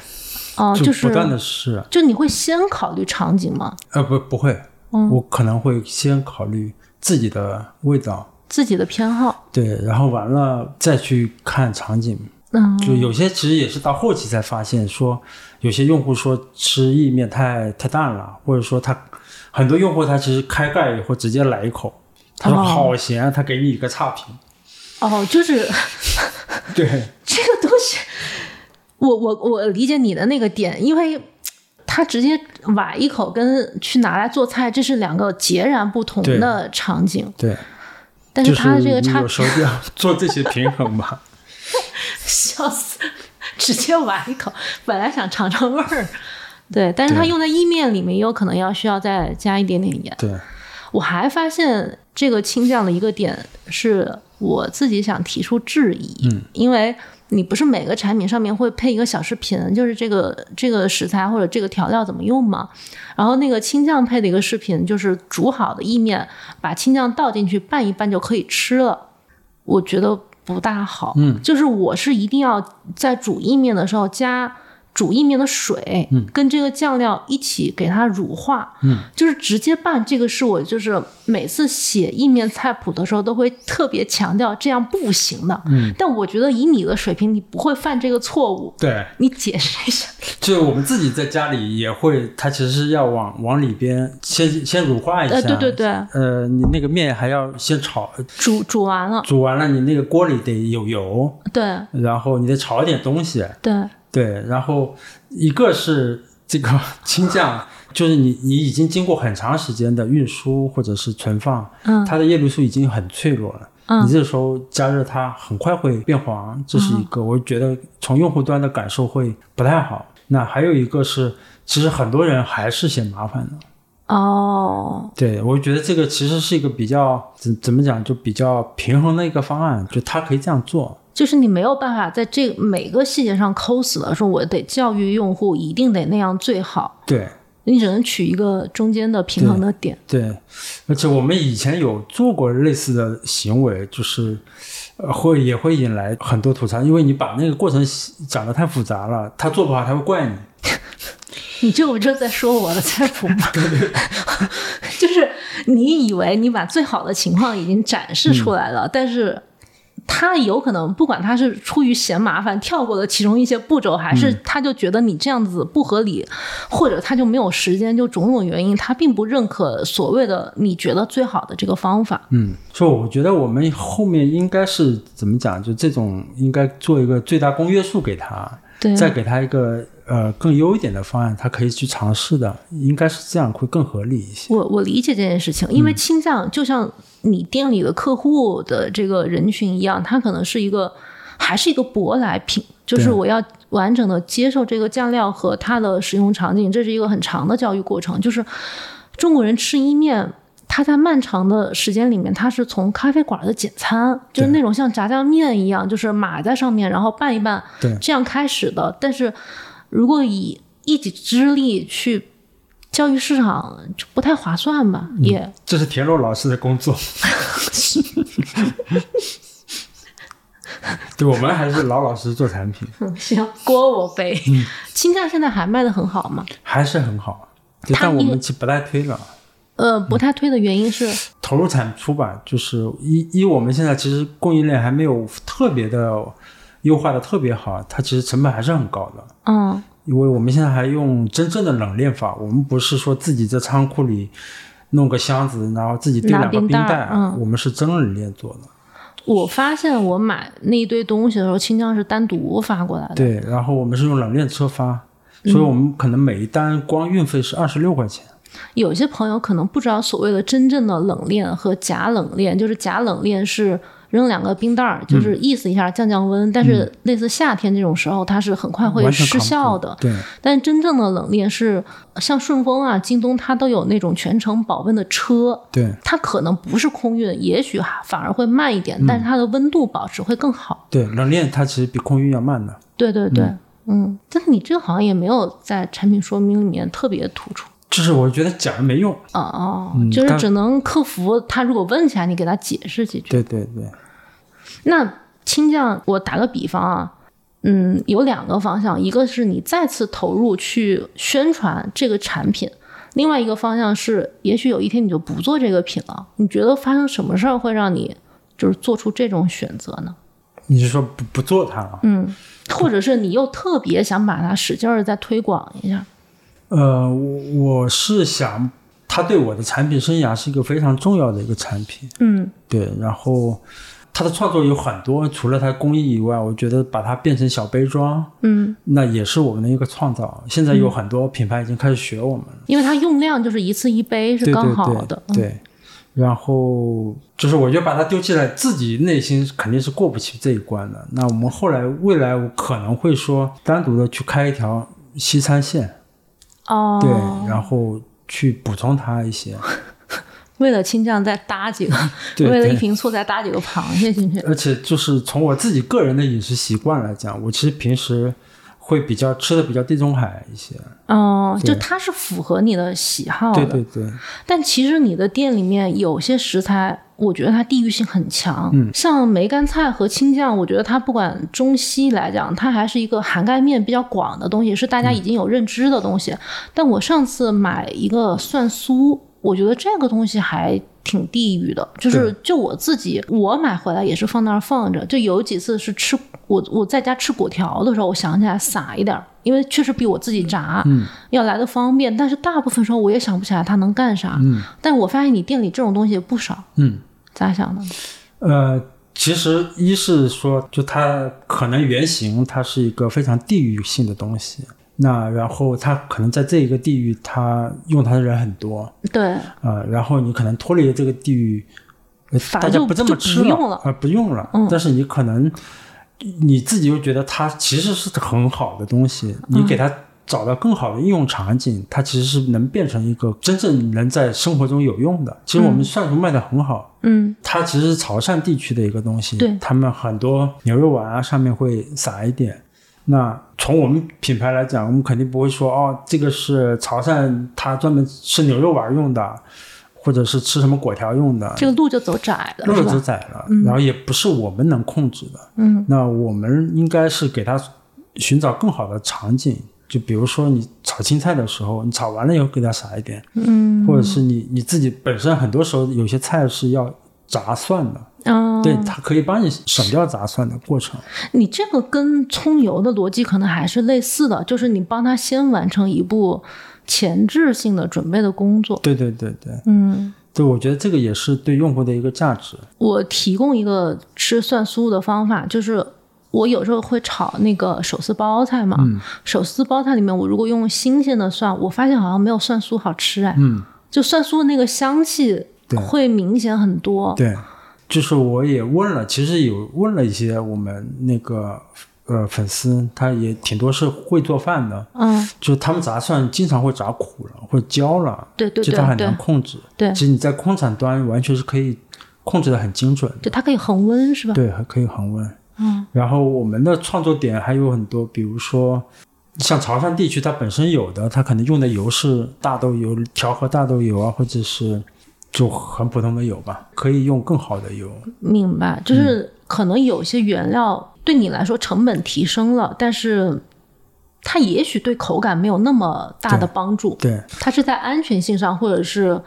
啊、
就
就是
不断的试。啊
就你会先考虑场景吗？
呃，不，不会，我可能会先考虑自己的味道。
自己的偏好？
对，然后完了再去看场景，
嗯，
就有些其实也是到后期才发现说，有些用户说吃意面太太淡了，或者说他很多用户他其实开盖以后直接来一口，他说
哦
好咸啊，他给你一个差评。
哦，就是。
对，
这个东西，我我我理解你的那个点，因为它直接崴一口跟去拿来做菜，这是两个截然不同
对
的场景。
对，
但
就是
它的
是
这个
你
差
有时候要做这些平衡吧。
笑死， 直接崴一口，本来想尝尝味儿。对，但是它
对
用在意面里面，也有可能要需要再加一点点盐。
对，
我还发现这个青酱的一个点是我自己想提出质疑，
嗯，
因为你不是每个产品上面会配一个小视频，就是这个这个食材或者这个调料怎么用嘛。然后那个青酱配的一个视频就是煮好的意面，把青酱倒进去拌一拌就可以吃了，我觉得不大好。
嗯，
就是我是一定要在煮意面的时候加。煮意面的水，
嗯
跟这个酱料一起给它乳化，就是直接拌，这个是我就是每次写意面菜谱的时候都会特别强调这样不行的。
嗯，
但我觉得以你的水平，你不会犯这个错误。
对，
你解释一下。
就我们自己在家里也会，它其实是要往往里边先先乳化一下。
呃，对对。对，
呃，你那个面还要先炒，
煮煮完了，
煮完了你那个锅里得有油，
对
然后你得炒一点东西，
对，
对，然后一个是这个 青酱，就是你你已经经过很长时间的运输或者是存放，
嗯
它的叶绿素已经很脆弱了，
嗯
你这时候加热它很快会变黄，这是一个，我觉得从用户端的感受会不太好。那还有一个是，其实很多人还是嫌麻烦的，
哦，
对我觉得这个其实是一个比较怎怎么讲，就比较平衡的一个方案，就它可以这样做，
就是你没有办法在这个每个细节上抠死了，说我得教育用户一定得那样最好。
对。
你只能取一个中间的平衡的点。
对，而且我们以前有做过类似的行为，就是呃会也会引来很多吐槽，因为你把那个过程讲得太复杂了，他做不好他会怪你。
你这个不就是在说我的菜谱吗？ 就是你以为你把最好的情况已经展示出来了，但是他有可能不管他是出于嫌麻烦跳过了其中一些步骤，还是他就觉得你这样子不合理，或者他就没有时间，就种种原因，他并不认可所谓的你觉得最好的这个方法。
嗯，所以我觉得我们后面应该是怎么讲，就这种应该做一个最大公约数给他，
对，啊
再给他一个呃更优一点的方案，他可以去尝试的，应该是这样会更合理一些。
我我理解这件事情，
嗯
因为倾向就像你店里的客户的这个人群一样，他可能是一个还是一个舶来品，就是
对
我要完整的接受这个酱料和它的使用场景，这是一个很长的教育过程。就是中国人吃伊面，他在漫长的时间里面，他是从咖啡馆的简餐，就是
对
那种像炸酱面一样，就是码在上面，然后拌一拌，
对
这样开始的。但是如果以一己之力去教育市场，就不太划算吧？
嗯
也
这是田螺老师的工作。对，我们还是老老实实做产品，
行，锅我背。
嗯
青酱现在还卖的很好吗？
还是很好。对，
他
但我
因为
们其实不太推了，
呃，
嗯
不太推的原因是，
投入产出吧，就是一一我们现在其实供应链还没有特别的优化的特别好，它其实成本还是很高的。
嗯，
因为我们现在还用真正的冷链法，我们不是说自己在仓库里弄个箱子，然后自己丢
拿
两个
冰
冰
袋
袋，啊
嗯
我们是真冷链做的。
我发现我买那一堆东西的时候，青酱是单独发过来的。嗯
对，然后我们是用冷链车发，所以我们可能每一单光运费是二十六块钱。
有些朋友可能不知道所谓的真正的冷链和假冷链，就是假冷链是扔两个冰袋儿，就是
嗯
意思一下降降温，但是类似夏天这种时候，它是很快会
完全
失
扛不住
效的。
对，
但真正的冷链是像顺丰啊、京东，它都有那种全程保温的车，
对，
它可能不是空运，也许还反而会慢一点，但是它的温度保持会更好。
对，冷链它其实比空运要慢的。
对对对，嗯但是你这个好像也没有在产品说明里面特别突出。
就是我觉得讲了没用。
哦哦，就是
但
只能客服他如果问起来，你给他解释几句。
对对对，
那倾向，我打个比方啊，嗯，有两个方向，一个是你再次投入去宣传这个产品，另外一个方向是，也许有一天你就不做这个品了。你觉得发生什么事儿会让你就是做出这种选择呢？
你是说不不做它了？嗯。
或者是你又特别想把它使劲儿再推广一下？
呃，我我是想，它对我的产品生涯是一个非常重要的一个产品。
嗯，
对，然后它的创作有很多，除了它工艺以外，我觉得把它变成小杯装，
嗯，
那也是我们的一个创造。现在有很多品牌已经开始学我们了。
因为它用量就是一次一杯是
对
刚好的，嗯
对对对然后就是我觉得把它丢弃了，自己内心肯定是过不去这一关的。那我们后来未来我可能会说单独的去开一条西餐线，
哦，
对，然后去补充它 一些。
为了青酱再搭几个，
对
为了一
对
瓶醋再搭几个螃蟹进去，
而且就是从我自己个人的饮食习惯来讲，我其实平时会比较吃的比较地中海一些。
哦，就它是符合你的喜好的。
对对对，
但其实你的店里面有些食材，我觉得它地域性很强。嗯，像梅干菜和青酱，我觉得它不管中西来讲，它还是一个涵盖面比较广的东西，是大家已经有认知的东西。但我上次买一个蒜酥，我觉得这个东西还。挺地域的，就是就我自己，我买回来也是放那儿放着。就有几次是吃我我在家吃果条的时候，我想起来撒一点儿，因为确实比我自己炸，
嗯
要来的方便，但是大部分时候我也想不起来它能干啥。嗯，但我发现你店里这种东西也不少，
嗯，
咋想的呢？
呃，其实一是说，就它可能原型它是一个非常地域性的东西，那然后它可能在这一个地域，它用它的人很多，
对，
呃，然后你可能脱离了这个地域，呃
反而
大家
就
这
就
么
不
吃了，
用了嗯
呃，不用了。但是你可能你自己又觉得它其实是很好的东西，
嗯
你给它找到更好的应用场景，它其实是能变成一个真正能在生活中有用的。其实我们蒜蓉卖的很好。
嗯，
它其实是潮汕地区的一个东西，
对
他们很多牛肉丸啊上面会撒一点，那从我们品牌来讲，我们肯定不会说哦，这个是潮汕它专门吃牛肉丸用的，或者是吃什么果条用的，
这个路就走窄了，
路
是
就走
吧？
窄了，然后也不是我们能控制的。
嗯，
那我们应该是给它寻找更好的场景，就比如说你炒青菜的时候，你炒完了以后给它撒一点，
嗯，
或者是你你自己本身很多时候有些菜是要炸蒜的，
嗯，
对，它可以帮你省掉炸蒜的过程。
你这个跟葱油的逻辑可能还是类似的，就是你帮他先完成一步前置性的准备的工作。
对对对对，
嗯，
对，我觉得这个也是对用户的一个价值。
我提供一个吃蒜酥的方法，就是我有时候会炒那个手撕包菜嘛，
嗯
手撕包菜里面我如果用新鲜的蒜，我发现好像没有蒜酥好吃哎，
嗯，
就蒜酥那个香气
对
会明显很多。
对，就是我也问了，其实有问了一些我们那个呃粉丝，他也挺多是会做饭的，
嗯，
就是他们炸蒜经常会炸苦了，会焦了，
对对
就它
对
很难
对
控制。
对
其实你在矿产端完全是可以控制的很精准的，
对，它可以恒温是吧？
对，还可以恒温。
嗯，
然后我们的创作点还有很多，比如说像潮汕地区，它本身有的，它可能用的油是大豆油、调和大豆油啊，或者是就很普通的油吧，可以用更好的油。
明白，
嗯
就是可能有些原料对你来说成本提升了，但是它也许对口感没有那么大的帮助，
对
它是在安全性上或者是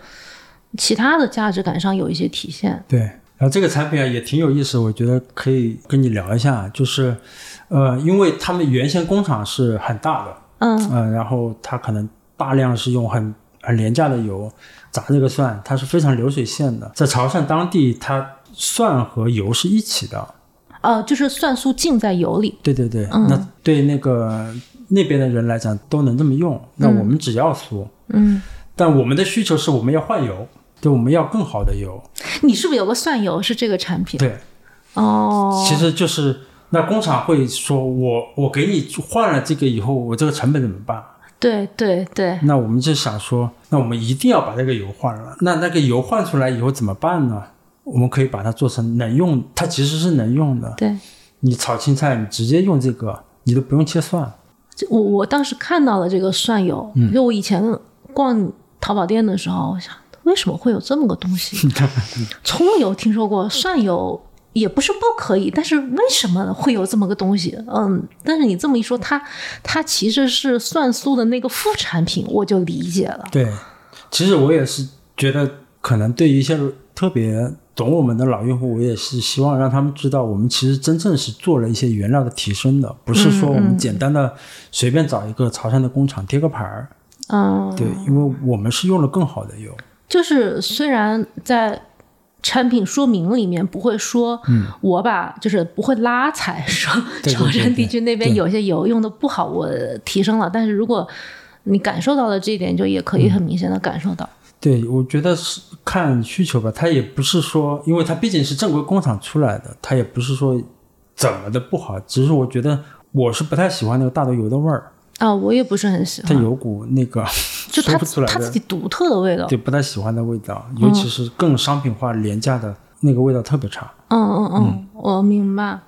其他的价值感上有一些体现。
对。然后这个产品啊也挺有意思，我觉得可以跟你聊一下，就是，呃，因为他们原先工厂是很大的，
嗯
嗯，然后它可能大量是用很很廉价的油炸这个蒜，它是非常流水线的。在潮汕当地，它蒜和油是一起的。
呃，就是蒜酥浸在油里，
对对对，
嗯
那对那个那边的人来讲都能这么用，那我们只要酥，
嗯，
但我们的需求是我们要换油，对，我们要更好的油。
你是不是有个蒜油是这个产品？
对，
哦，
其实就是那工厂会说，我我给你换了这个以后，我这个成本怎么办？
对对对，
那我们就想说，那我们一定要把这个油换了。那那个油换出来以后怎么办呢？我们可以把它做成能用，它其实是能用的。
对，
你炒青菜，你直接用这个，你都不用切蒜。
这我我当时看到了这个蒜油，就我以前逛淘宝店的时候，我想为什么会有这么个东西？葱油听说过，蒜油也不是不可以，但是为什么会有这么个东西？嗯，但是你这么一说，它它其实是蒜酥的那个副产品，我就理解了。
对，其实我也是觉得，可能对于一些特别懂我们的老用户，我也是希望让他们知道，我们其实真正是做了一些原料的提升的，不是说我们简单的随便找一个潮汕的工厂贴个牌儿。
嗯，
对，因为我们是用了更好的油。
就是虽然在产品说明里面不会说，
嗯
我把就是不会拉踩说
对对
潮
对
汕地
对
区那边
对
有些油用的不好，我提升了。但是如果你感受到了这一点，就也可以很明显的感受到。
对，我觉得是看需求吧，它也不是说，因为它毕竟是正规工厂出来的，它也不是说怎么的不好，只是我觉得我是不太喜欢那个大豆油的味儿，
啊，我也不是很喜
它
欢，
有股那个
就
说
它
不出来
它自
的
己，独特的味道。
对，不太喜欢的味道，尤其是更商品化、廉价的那个味道特别差。
嗯嗯嗯，我明白。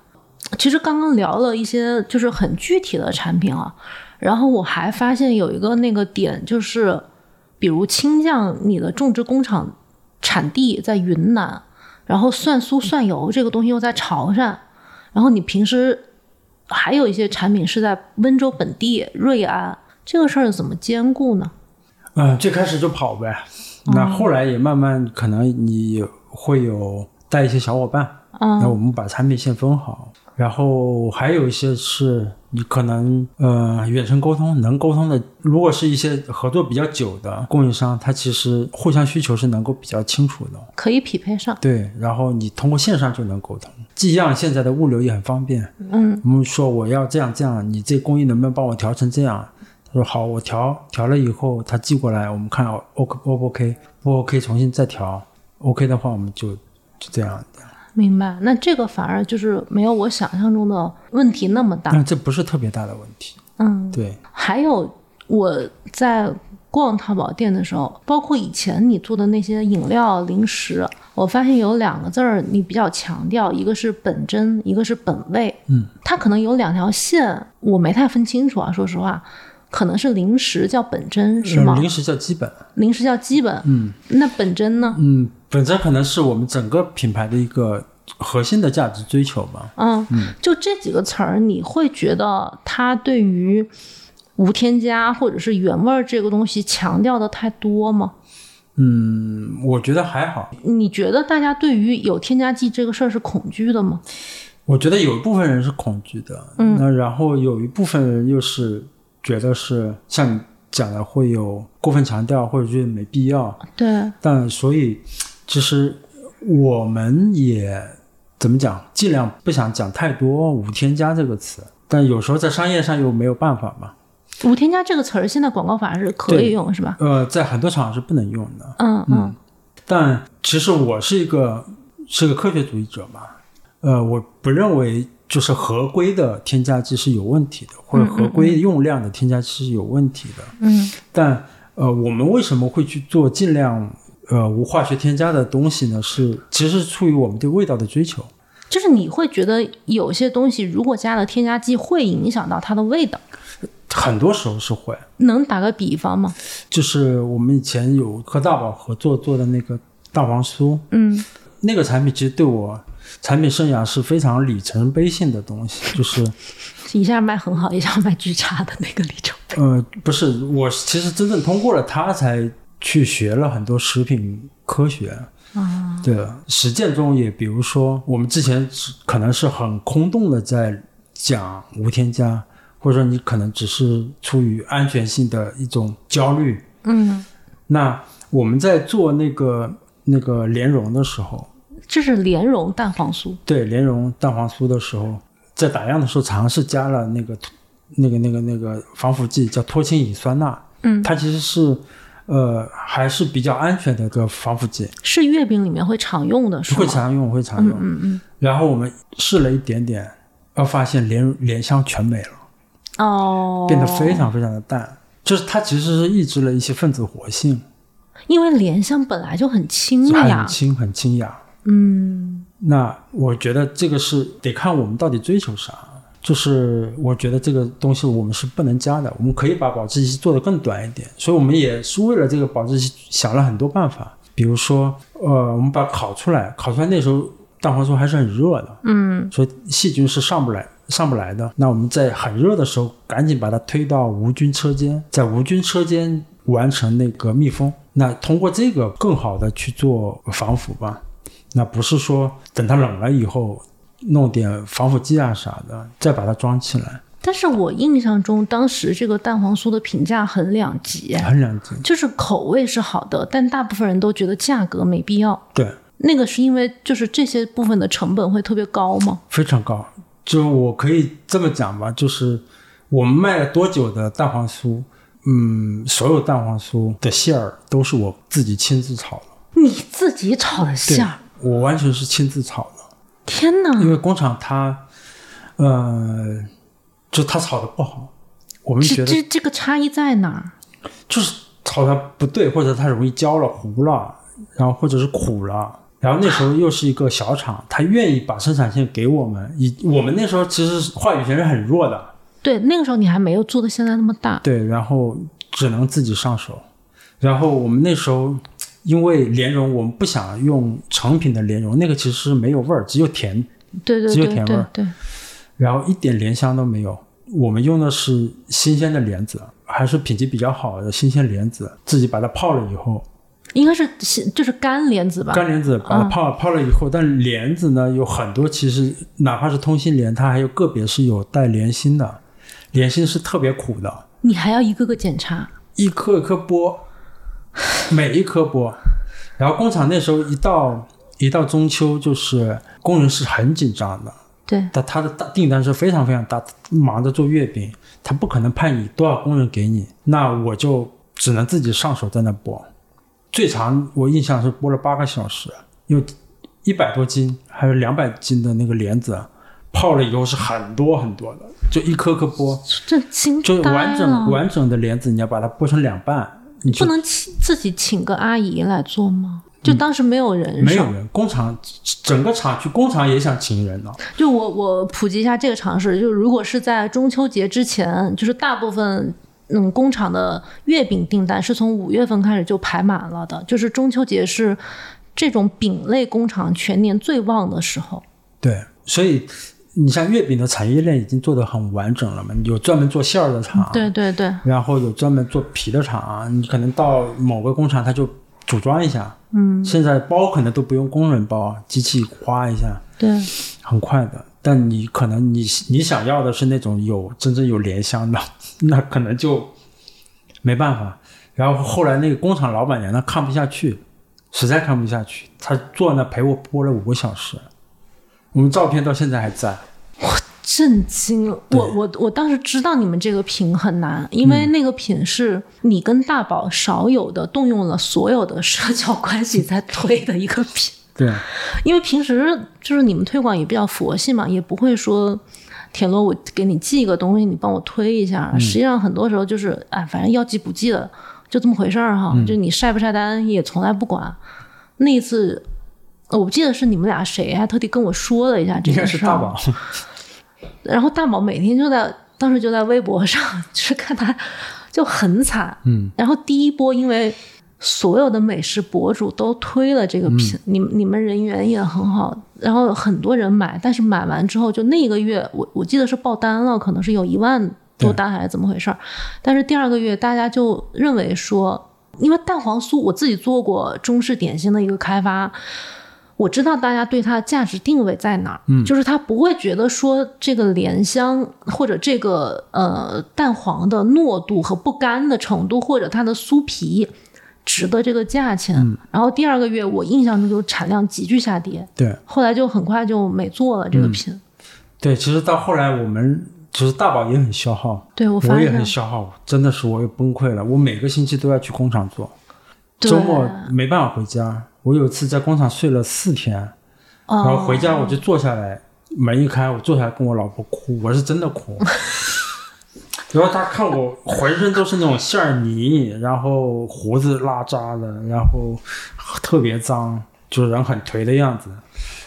其实刚刚聊了一些就是很具体的产品啊，然后我还发现有一个那个点就是，比如青酱，你的种植工厂产地在云南，然后蒜酥蒜油这个东西又在潮汕，然后你平时还有一些产品是在温州本地瑞安，这个事儿怎么兼顾呢？
嗯，最开始就跑呗，那后来也慢慢可能你会有带一些小伙伴，那
嗯
我们把产品线分好，然后还有一些是你可能呃远程沟通能沟通的，如果是一些合作比较久的供应商，它其实互相需求是能够比较清楚的。
可以匹配上。
对，然后你通过线上就能沟通。寄样现在的物流也很方便，
嗯
我们说我要这样这样，你这工艺能不能帮我调成这样？他说好，我调调了以后，他寄过来，我们看哦 O K O 不 OK，不 OK 重新再调，OK 的话我们就就这
啊
样。
明白，那这个反而就是没有我想象中的问题那么大。
但这不是特别大的问题，
嗯，
对。
还有我在逛淘宝店的时候，包括以前你做的那些饮料、零食，我发现有两个字儿你比较强调，一个是本真，一个是本味。
嗯，
它可能有两条线，我没太分清楚啊，说实话。可能是零食叫本真是吗？
零食叫基本，
零食叫基本，
嗯
那本真呢？
嗯，本身可能是我们整个品牌的一个核心的价值追求吧。
嗯，就这几个词儿，你会觉得它对于无添加或者是原味儿这个东西强调的太多吗？
嗯，我觉得还好，
你觉得大家对于有添加剂这个事儿是恐惧的吗？
我觉得有一部分人是恐惧的，嗯，那然后有一部分人又是觉得是像你讲的会有过分强调，或者觉得没必要，
对，
但所以其实我们也怎么讲，尽量不想讲太多无添加这个词，但有时候在商业上又没有办法嘛，
无添加这个词儿现在广告法是可以
对
用是吧？
呃，在很多场合是不能用的，
嗯嗯
但其实我是一个是个科学主义者嘛，呃，我不认为就是合规的添加剂是有问题的，或者合规用量的添加剂是有问题的。
嗯
但呃，我们为什么会去做尽量呃无化学添加的东西呢？是其实是出于我们对味道的追求。
就是你会觉得有些东西如果加了添加剂会影响到它的味道，
很多时候是会，
能打个比方吗？
就是我们以前有和大宝合作做的那个大黄酥，
嗯
那个产品其实对我产品生涯是非常里程碑性的东西，就是
一下卖很好，一下卖巨差的那个里程碑。
呃，不是，我其实真正通过了它，才去学了很多食品科学。
啊，
对，实践中也，比如说我们之前是可能是很空洞的在讲无添加，或者说你可能只是出于安全性的一种焦虑。
嗯，
那我们在做那个那个莲蓉的时候，
这是莲蓉蛋黄酥。
对莲蓉蛋黄酥的时候，在打样的时候尝试加了那个那个那个那个防腐剂，叫脱氢乙酸钠。
嗯
它其实是呃还是比较安全的一个防腐剂，
是月饼里面会常用的，是吗
会常用会常用。
嗯嗯
然后我们试了一点点，然后发现莲莲香全没了，
嗯，哦，
变得非，常非常的淡。就是它其实是抑制了一些分子活性，
因为莲香本来就很清
很
雅，
轻很清雅。
嗯
那我觉得这个是得看我们到底追求啥。就是我觉得这个东西我们是不能加的，我们可以把保质期做得更短一点。所以我们也是为了这个保质期想了很多办法，比如说，呃，我们把烤出来，烤出来那时候蛋黄酥还是很热的，
嗯，
所以细菌是上不来上不来的。那我们在很热的时候，赶紧把它推到无菌车间，在无菌车间完成那个密封。那通过这个更好的去做防腐吧。那不是说等它冷了以后弄点防腐剂啊啥的，再把它装起来，
但是我印象中当时这个蛋黄酥的评价很两极，
很两极。
就是口味是好的，但大部分人都觉得价格没必要。
对，
那个是因为就是这些部分的成本会特别高吗？
非常高。就我可以这么讲吧，就是我们卖了多久的蛋黄酥，嗯，所有蛋黄酥的馅儿都是我自己亲自炒的。
你自己炒的馅儿，嗯
我完全是亲自炒的，
天哪！
因为工厂它，呃，就它炒的不好，我们
这
觉得
这这个差异在哪儿？
就是炒的不对，或者它容易焦了、糊了，然后或者是苦了。然后那时候又是一个小厂，他愿意把生产线给我们，以我们那时候其实话语权是很弱的，
对，那个时候你还没有做的现在那么大。
对，然后只能自己上手。然后我们那时候因为莲蓉，我们不想用成品的莲蓉，那个其实是没有味儿，只有甜
对对
只有
对
甜味
对
儿
对，
然后一点莲香都没有。我们用的是新鲜的莲子，还是品级比较好的新鲜莲子，自己把它泡了以后，
应该是是就是干莲子吧？
干莲子把它
嗯
泡、泡了以后，但莲子呢有很多，其实哪怕是通心莲，它还有个别是有带莲心的，莲心是特别苦的，
你还要一个个检查。
一颗一颗剥，每一颗剥。然后工厂那时候一到一到中秋，就是工人是很紧张的，
对，
但他的大订单是非常非常大，忙着做月饼，他不可能派你多少工人给你，那我就只能自己上手在那剥。最长我印象是剥了八个小时，因为一百多斤还有两百斤的那个莲子，泡了以后是很多很多的，就一颗颗剥，
这惊
就
呆
完整
了。
完整的莲子你要把它剥成两半，你
啊不
就嗯
能请自己请个阿姨来做吗？就当时没有人，
没有人，工厂整个厂区工厂也想请人了，
就我我普及一下这个常识，就是如果是在中秋节之前，就是大部分嗯工厂的月饼订单是从五月份开始就排满了的，就是中秋节是这种饼类工厂全年最旺的时候。
对，所以你像月饼的产业链已经做得很完整了嘛，有专门做馅儿的厂，
对对对，
然后有专门做皮的厂，你可能到某个工厂，它就组装一下。嗯，现在包可能都不用工人包，啊机器刮一下，
对
很快的。但你可能你你想要的是那种有真正有莲香的，那可能就没办法。然后后来那个工厂老板娘呢看不下去，实在看不下去，她坐那陪我播了五个小时，我们照片到现在还在。
震惊了！我我我当时知道你们这个品很难，因为
嗯
那个品是你跟大宝少有的动用了所有的社交关系在推的一个品。
对，
因为平时就是你们推广也比较佛系嘛，也不会说田螺，我给你寄一个东西，你帮我推一
嗯
下。实际上很多时候就是，哎，反正要寄不寄的，就这么回事儿哈。
嗯
就你晒不晒单也从来不管。那一次，呃我不记得是你们俩谁还特地跟我说了一下这
应
件
该
事
是
儿。
大宝。
然后大宝每天就在当时就在微博上，就是看他就很惨。
嗯，
然后第一波因为所有的美食博主都推了这个品，你们你们人缘也很好，然后很多人买，但是买完之后就那个月，我我记得是爆单了，可能是有一万多单还是怎么回事儿，但是第二个月大家就认为说。因为蛋黄酥，我自己做过中式点心的一个开发，我知道大家对它的价值定位在哪儿，嗯，就是他不会觉得说这个莲香或者这个呃蛋黄的糯度和不干的程度，或者它的酥皮值得这个价钱。
嗯
然后第二个月我印象中就产量急剧下跌，
对，
后来就很快就没做了这个
嗯
品。
对，其实到后来我们其实大宝也很消耗，
对我
我
发
也
现
很，消耗，真的是我也崩溃了。我每个星期都要去工厂做，
对
周末没办法回家。我有一次在工厂睡了四天，然后
哦，
回家我就坐下来，门一开，我坐下来跟我老婆哭，我是真的 哭。然后她看我浑身都是那种馅儿泥，然后胡子拉碴的，然后特别脏，就是人很颓的样子，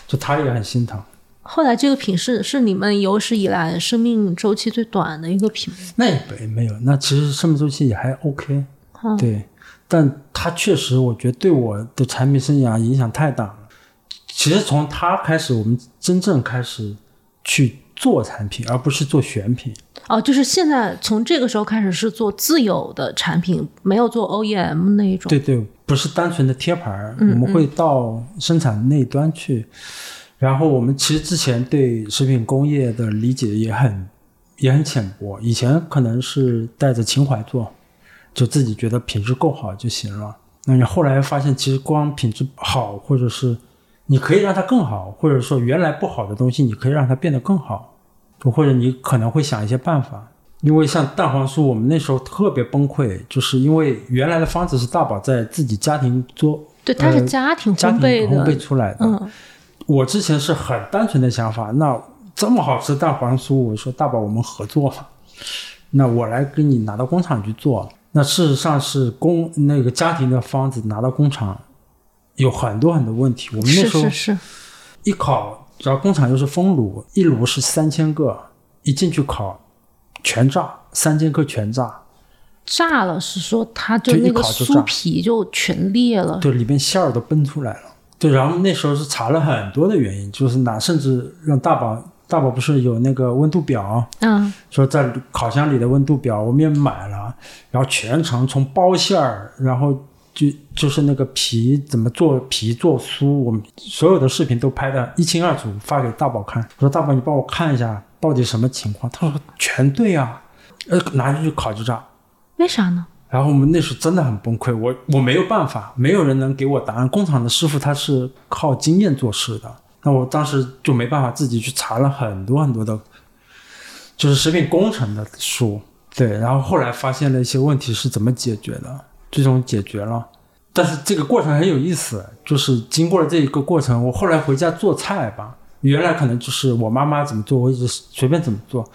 就她也很心疼。
后来这个品是是你们有史以来生命周期最短的一个品。
那也没没有，那其实生命周期也还 OK，、
嗯
对，但它确实我觉得对我的产品生涯影响太大了。其实从它开始，我们真正开始去做产品，而不是做选品。
哦，就是现在从这个时候开始是做自有的产品，没有做 OEM 那一种。
对对，不是单纯的贴牌儿，我们会到生产那一端去。然后我们其实之前对食品工业的理解也很也很浅薄，以前可能是带着情怀做，就自己觉得品质够好就行了。那你后来发现，其实光品质好，或者是你可以让它更好，或者说原来不好的东西，你可以让它变得更好，或者你可能会想一些办法。因为像蛋黄酥，我们那时候特别崩溃，就是因为原来的方子是大宝在自己家庭做
对，它是
呃
家庭
家
烘
庭
焙的，
烘焙啊出来的。
嗯，
我之前是很单纯的想法，那这么好吃的蛋黄酥，我说大宝我们合作吧，那我来给你拿到工厂去做。那事实上是工那个家庭的方子拿到工厂，有很多很多问题。我们那
是
时候
是是，
一烤，然后工厂又是封炉，一炉是三千个，一进去烤全炸，三千克全炸，
炸了是说它就
就一
那个
烤就
酥
炸
皮就全裂了，
对，里边馅儿都崩出来了。对，然后那时候是查了很多的原因，就是拿甚至让大宝大宝不是有那个温度表，
嗯，
说在烤箱里的温度表，我们也买了，然后全程从包馅儿，然后就就是那个皮怎么做皮做酥，我们所有的视频都拍的一清二楚，发给大宝看。我说大宝，你帮我看一下到底什么情况？他说全对啊，呃，拿进去烤就炸。
为啥呢？
然后我们那时候真的很崩溃，我我没有办法，没有人能给我答案。工厂的师傅他是靠经验做事的，那我当时就没办法自己去查了很多很多的，就是食品工程的书。对，然后后来发现了一些问题是怎么解决的，最终解决了。但是这个过程很有意思，就是经过了这一个过程，我后来回家做菜吧，原来可能就是我妈妈怎么做，我一直随便怎么做。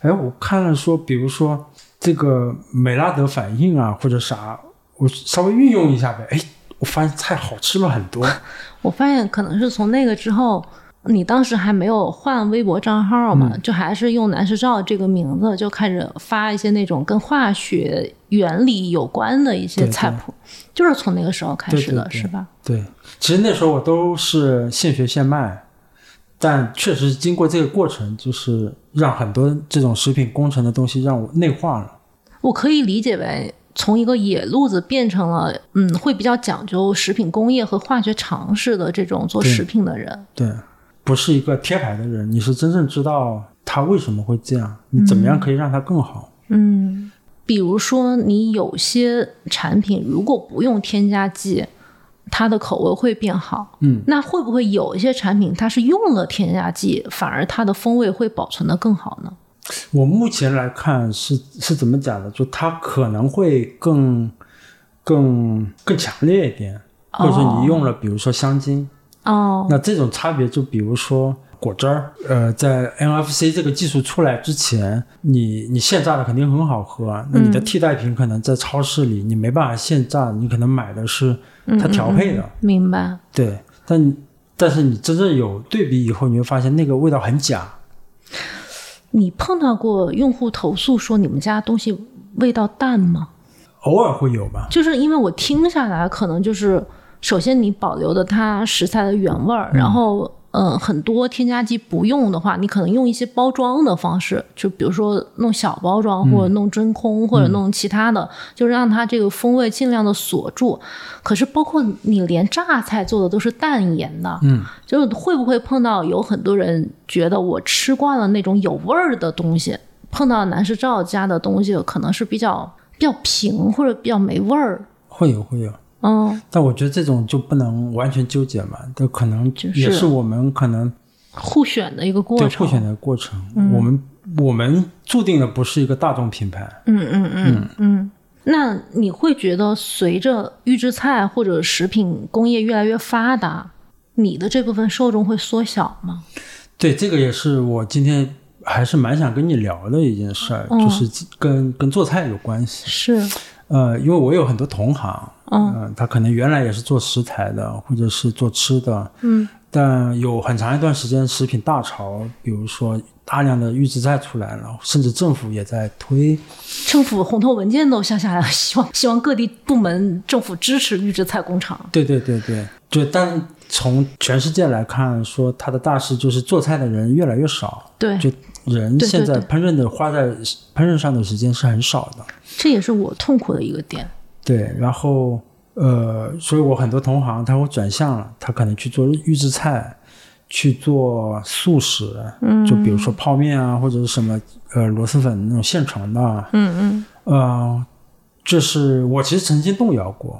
哎，我看了说，比如说这个美拉德反应啊，或者啥，我稍微运用一下呗，哎，我发现菜好吃了很多。
我发现可能是从那个之后，你当时还没有换微博账号
嗯
嘛，就还是用南石照这个名字，就开始发一些那种跟化学原理有关的一些
对
菜
对
谱，就是从那个时候开
对
始
对
的，
对
是吧？
对，其实那时候我都是现学现卖，但确实经过这个过程，就是让很多这种食品工程的东西让我内化了。
我可以理解为从一个野路子变成了，嗯，会比较讲究食品工业和化学常识的这种做
对
食品的人。
对，不是一个贴牌的人，你是真正知道他为什么会这样，你怎么样可以让他更好。
嗯，比如说你有些产品如果不用添加剂，它的口味会变好。
嗯，
那会不会有一些产品它是用了添加剂，反而它的风味会保存的更好呢？
我目前来看是是怎么讲的，就它可能会更更更强烈一点，或者说你用了比如说香精，
哦，
那这种差别就比如说果汁儿，呃，在 NFC 这个技术出来之前，你你现榨的肯定很好喝，啊那你的替代品可能在超市里你没办法现榨，你可能买的是它调配的，
明白。
对，但你但是你真正有对比以后，你会发现那个味道很假，
你碰到过用户投诉说你们家东西味道淡吗？
偶尔会有吧，
就是因为我听下来，可能就是首先你保留的它食材的原味儿，然后嗯，很多添加剂不用的话，你可能用一些包装的方式，就比如说弄小包装，或者弄真空，或者弄其他的，就让它这个风味尽量的锁住。可是包括你连榨菜做的都是淡盐的，
嗯，
就是会不会碰到有很多人觉得我吃惯了那种有味儿的东西，碰到南石照家的东西可能是比较比较平或者比较没味儿，
会有会有。
嗯，
但我觉得这种就不能完全纠结嘛，这可能
就是
也是我们可能
互选的一个过
对
程，嗯
候选的过程。我们我们注定的不是一个大众品牌，
嗯嗯嗯嗯。那你会觉得随着预制菜或者食品工业越来越发达，你的这部分受众会缩小吗？
对，这个也是我今天还是蛮想跟你聊的一件事儿，
嗯
就是跟跟做菜有关系。
是，
呃，因为我有很多同行，
嗯
呃他可能原来也是做食材的，或者是做吃的，
嗯，
但有很长一段时间食品大潮，比如说大量的预制菜出来了，甚至政府也在推，
政府红头文件都下下来了，希望 希望各地部门政府支持预制菜工厂。
对对对对，就但从全世界来看，说它的大势就是做菜的人越来越少，
对，
就人
对对
现在
对
烹饪的花在烹饪上的时间是很少的。
这也是我痛苦的一个点。
对，然后呃，所以我很多同行他会转向了，他可能去做预制菜，去做素食，嗯，就比如说泡面啊，或者是什么呃螺蛳粉那种现成的啊，
嗯
呃，这是我其实曾经动摇过，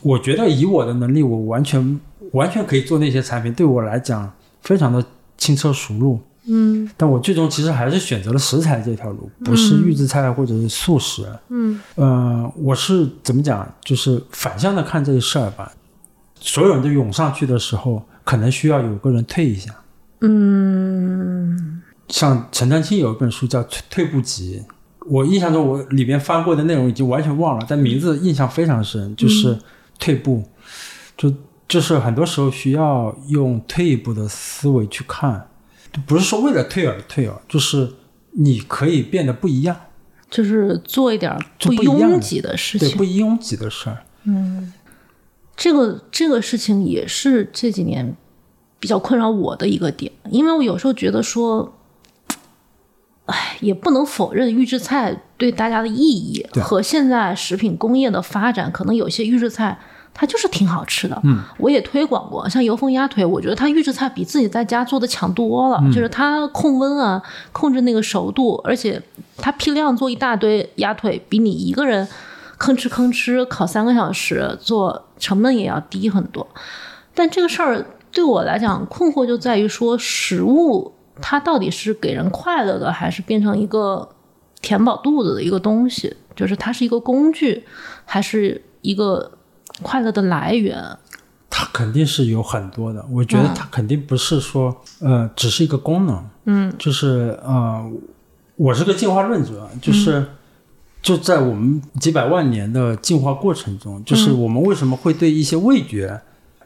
我觉得以我的能力，我完全完全可以做那些产品，对我来讲非常的轻车熟路。
嗯
但我最终其实还是选择了食材这条路，不是预制菜或者是素食。
嗯
呃，我是怎么讲，就是反向的看这个事儿吧。所有人都涌上去的时候，可能需要有个人退一下。
嗯
像陈丹青有一本书叫《退退步集》，我印象中我里边翻过的内容已经完全忘了，但名字印象非常深，就是退步，就就是很多时候需要用退一步的思维去看，就不是说为了退而退哦，就是你可以变得不一样，
就是做一点儿
就不一样的
拥挤的事
对
情。
不拥挤的事儿。
这个这个事情也是这几年比较困扰我的一个点，因为我有时候觉得说，哎，也不能否认预制菜对大家的意义
对
和现在食品工业的发展，可能有些预制菜。它就是挺好吃的，嗯，我也推广过，像油封鸭腿，我觉得它预制菜比自己在家做的强多了，就是它控温啊，控制那个熟度，而且它批量做一大堆鸭腿，比你一个人吭哧吭哧烤三个小时，做成本也要低很多。但这个事儿对我来讲，困惑就在于说，食物它到底是给人快乐的，还是变成一个填饱肚子的一个东西？就是它是一个工具，还是一个快乐的来源？
它肯定是有很多的，我觉
嗯
得它肯定不是说、呃只是一个
嗯
功能，嗯，就是呃，我是个进化论者，就是就在我们几百万年的进化过程中，就是
嗯
我们为什么会对一些味觉，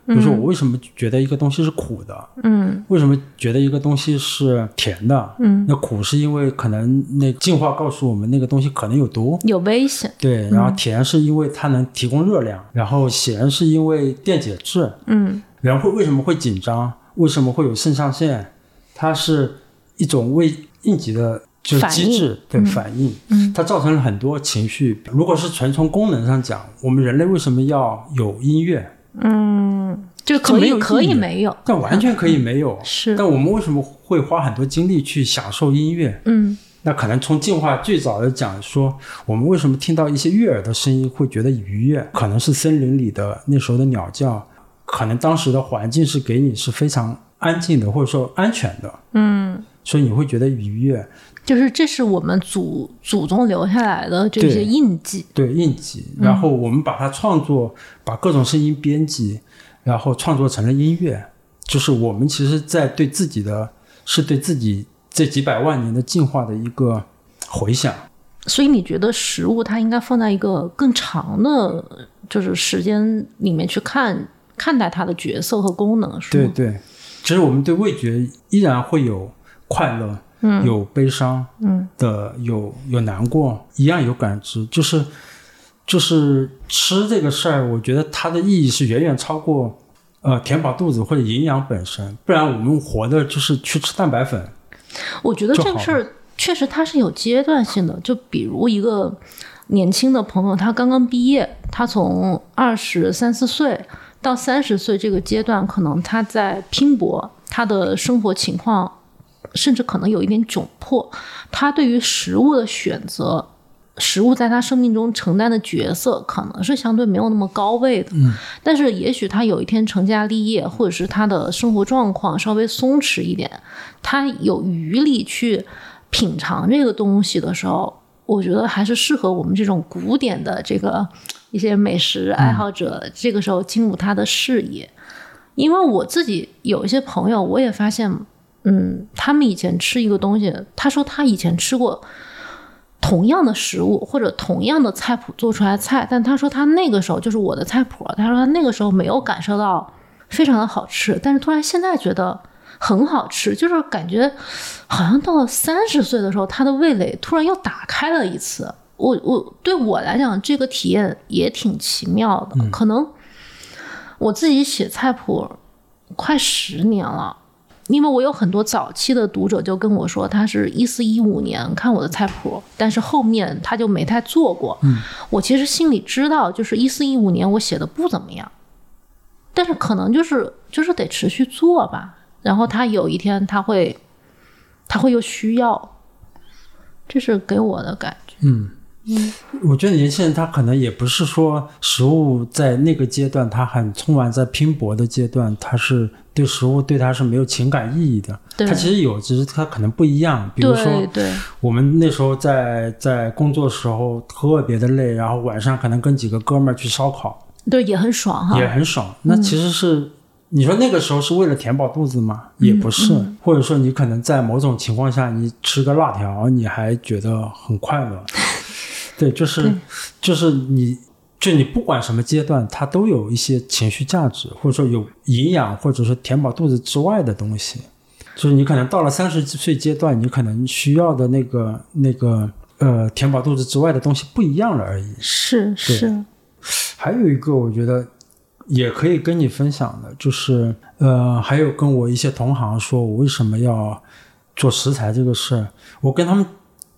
比如说我为什么觉得一个东西是苦的，
嗯
为什么觉得一个东西是甜的？
嗯，
那苦是因为可能那进化告诉我们那个东西可能有毒，
有危险，
对，然后
嗯
甜是因为它能提供热量，然后咸是因为电解质，
嗯
人会为什么会紧张？为什么会有肾上腺？它是一种为应急的，就是
反应
机制对反应，
嗯
它造成了很多情绪。如果是纯从功能上讲，我们人类为什么要有音乐？
嗯，就可
这没
以
有
可
意
以
义
没有，嗯
但完全可以没有。
是
但我们为什么会花很多精力去享受音乐？
嗯
那可能从进化最早的讲说，我们为什么听到一些悦耳的声音会觉得愉悦？可能是森林里的那时候的鸟叫，可能当时的环境是给你是非常安静的，或者说安全的，
嗯，
所以你会觉得愉悦。
就是这是我们祖祖宗留下来的这些
对
印记，
对应急，然后我们把它创作，把各种声音编辑，然后创作成了音乐。就是我们其实，在对自己的，是对自己这几百万年的进化的一个回响。
所以你觉得食物它应该放在一个更长的，就是时间里面去看看待它的角色和功能，是
对
吗？
对，其实我们对味觉依然会有快乐，
嗯
有悲伤
嗯
的，有有难过，一样有感知。就是就是吃这个事儿，我觉得它的意义是远远超过呃填饱肚子或者营养本身，不然我们活的就是去吃蛋白粉。
我觉得
就
这个
好
事儿确实它是有阶段性的，就比如一个年轻的朋友，他刚刚毕业，他从二十三四岁到三十岁这个阶段，可能他在拼搏，他的生活情况甚至可能有一点窘迫，他对于食物的选择。食物在他生命中承担的角色可能是相对没有那么高位的，
嗯
但是也许他有一天成家立业，或者是他的生活状况稍微松弛一点，他有余力去品尝这个东西的时候，我觉得还是适合我们这种古典的这个一些美食爱好者，这个时候进入他的视野。因为我自己有一些朋友，我也发现，嗯，他们以前吃一个东西，他说他以前吃过同样的食物或者同样的菜谱做出来的菜，但他说他那个时候就是我的菜谱，他说他那个时候没有感受到非常的好吃，但是突然现在觉得很好吃，就是感觉好像到了三十岁的时候，他的味蕾突然又打开了一次。我我对我来讲，这个体验也挺奇妙的，可能我自己写菜谱快十年了。因为我有很多早期的读者就跟我说，他是一四一五年看我的菜谱，但是后面他就没太做过。嗯，我其实心里知道，就是一四一五年我写的不怎么样，但是可能就是就是得持续做吧。然后他有一天他会他会有需要，这是给我的感觉。
我觉得年轻人他可能也不是说食物在那个阶段他很充满在拼搏的阶段，他是对食物对他是没有情感意义的。
对
他其实有，只是他可能不一样。比如说，
对对，
我们那时候在在工作时候特别的累，然后晚上可能跟几个哥们儿去烧烤，
对也很爽哈
也。很爽。那其实是、你说那个时候是为了填饱肚子吗？也不是，或者说你可能在某种情况下，你吃个辣条，你还觉得很快乐。对，就是就是你。就你不管什么阶段，它都有一些情绪价值，或者说有营养，或者说填饱肚子之外的东西。就是你可能到了三十岁阶段，你可能需要的那个那个呃填饱肚子之外的东西不一样了而已。
是是，
还有一个我觉得也可以跟你分享的，就是呃，还有跟我一些同行说我为什么要做食材这个事儿，我跟他们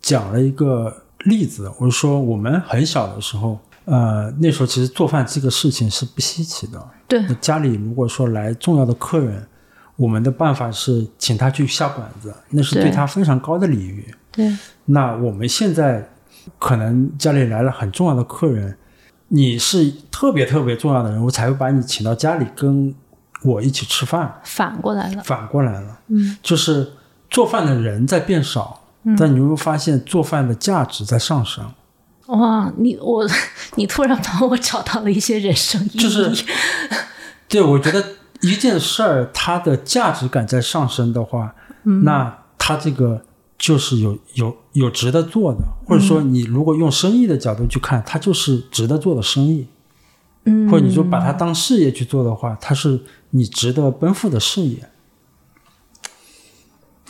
讲了一个例子，我说我们很小的时候，呃，那时候其实做饭这个事情是不稀奇的，
对
那家里如果说来重要的客人，我们的办法是请他去下馆子，那是对
对
他非常高的礼遇。
对
那我们现在可能家里来了很重要的客人，你是特别特别重要的人，我才会把你请到家里跟我一起吃饭。
反过来了。
反过来了，
嗯，
就是做饭的人在变少，但你会发现做饭的价值在上升。
哇，你我 你突然帮我找到了一些人生意义，
就是对，我觉得一件事儿它的价值感在上升的话，那它这个就是有有有值得做的，或者说你如果用生意的角度去看，它就是值得做的生意，
嗯，
或者你说把它当事业去做的话，它是你值得奔赴的事业。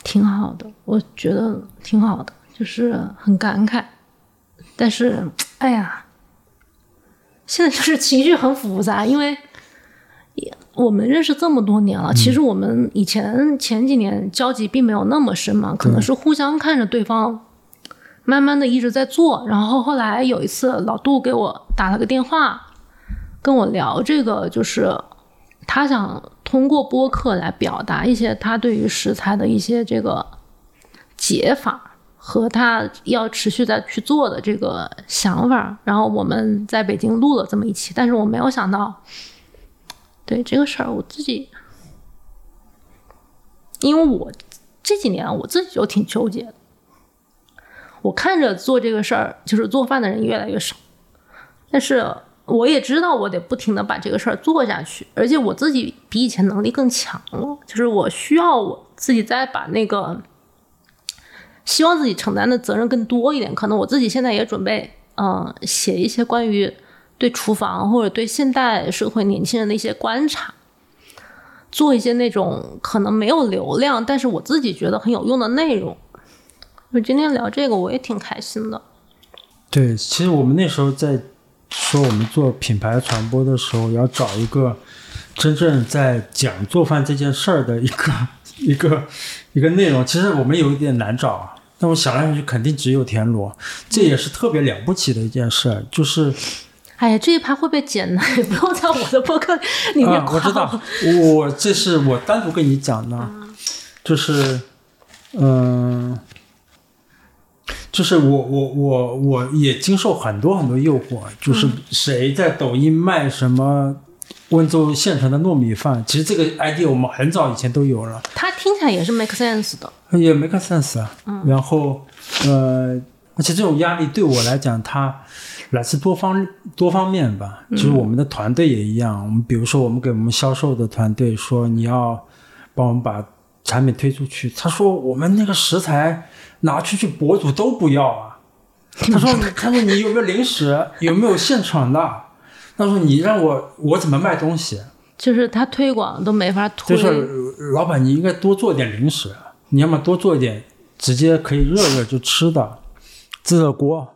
挺好的，我觉得挺好的，就是很感慨，但是哎呀，现在就是情绪很复杂，因为也我们认识这么多年了，其实我们以前前几年交集并没有那么深嘛，可能是互相看着对方。慢慢的一直在做，然后后来有一次老杜给我打了个电话，跟我聊这个，就是他想通过播客来表达一些他对于食材的一些这个解法和他要持续再去做的这个想法。然后我们在北京录了这么一期，但是我没有想到，对这个事儿我自己，因为我这几年我自己就挺纠结的。我看着做这个事儿，就是做饭的人越来越少，但是我也知道我得不停的把这个事儿做下去，而且我自己比以前能力更强了，就是我需要我自己再把那个希望自己承担的责任更多一点。可能我自己现在也准备，嗯、写一些关于对厨房或者对现代社会年轻人的一些观察。做一些那种可能没有流量，但是我自己觉得很有用的内容。我今天聊这个，我也挺开心的。
对，其实我们那时候在说我们做品牌传播的时候，要找一个真正在讲做饭这件事儿的一个 一个一个内容，其实我们有一点难找啊。但我想来想去，肯定只有田螺，这也是特别了不起的一件事儿，就是
哎呀，这一趴会被剪的， 也不用在我的播客里 面
啊，
夸嗯
我知道，我我这是我单独跟你讲的，就是，嗯、就是我我我我也经受很多很多诱惑，就是
嗯
谁在抖音卖什么温州现成的糯米饭，其实这个 idea 我们很早以前都有了，
它听起来也是 make sense 的。
也 make sense 啊。然后，呃，而且这种压力对我来讲，它来自多方多方面吧。就是我们的团队也一样，我们比如说，我们给我们销售的团队说，你要帮我们把产品推出去，他说我们那个食材拿出去博主都不要啊。他说：“他说你有没有零食？有没有现场的？”他说：“你让我我怎么卖东西？”
就是它推广都没法推，
就是呃老板，你应该多做点零食，啊你要么多做一点直接可以热热就吃的，自热锅。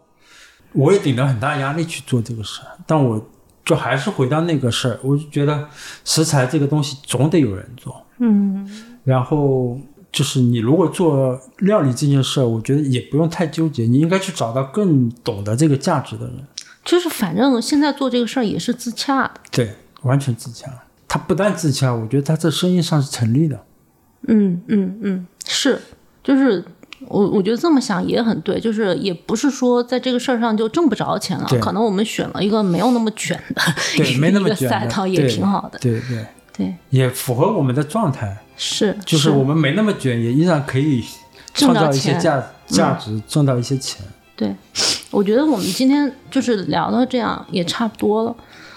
我也顶着很大压力去做这个事，但我就还是回到那个事儿，我就觉得食材这个东西总得有人做。
嗯，
然后就是你如果做料理这件事儿，我觉得也不用太纠结，你应该去找到更懂得这个价值的人。
就是反正现在做这个事儿也是自洽的。
对，完全自洽。他不但自洽，我觉得他在生意上是成立的。
嗯嗯嗯，是，就是我我觉得这么想也很对，就是也不是说在这个事儿上就挣不着钱了
对，
可能我们选了一个没有那么卷的，
对，没那么卷
一个赛
的
道也
对
挺好的。
对对，
对，
也符合我们的状态，
是，
就是我们没那么卷，也依然可以
挣
创
到
造一些
钱嗯
价价值，挣到一些钱。
对，我觉得我们今天就是聊到这样也差不多了。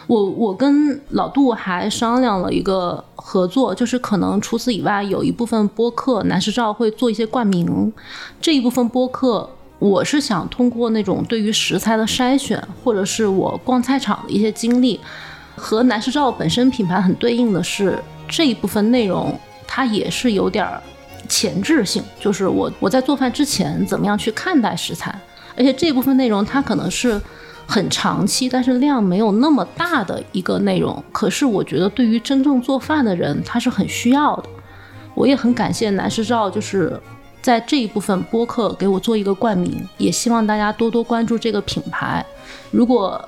我我跟老杜还商量了一个合作，就是可能除此以外，有一部分播客南师照会做一些冠名，这一部分播客。我是想通过那种对于食材的筛选，或者是我逛菜场的一些经历，和南师照本身品牌很对应的是这一部分内容，它也是有点儿前置性，就是我我在做饭之前怎么样去看待食材，而且这部分内容它可能是很长期，但是量没有那么大的一个内容。可是我觉得对于真正做饭的人，他是很需要的。我也很感谢南师照，就是在这一部分播客给我做一个冠名，也希望大家多多关注这个品牌。如果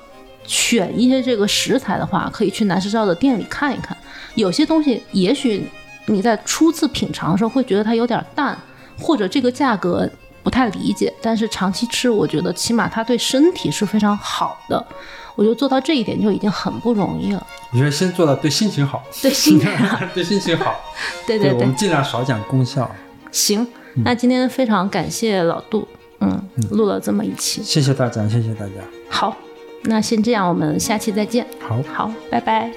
选一些这个食材的话，可以去南师照的店里看一看，有些东西也许你在初次品尝的时候会觉得它有点淡，或者这个价格不太理解，但是长期吃，我觉得起码它对身体是非常好的。我觉得做到这一点就已经很不容易了。
我觉得先做到对心 情好，
对心态，
对心情好。
对对
我
对
们，尽量少讲功效。
行。那今天非常感谢老杜，嗯，录了这么一期。
谢谢大家，谢谢大家。
好，那先这样，我们下期再见。
好。
好，拜拜。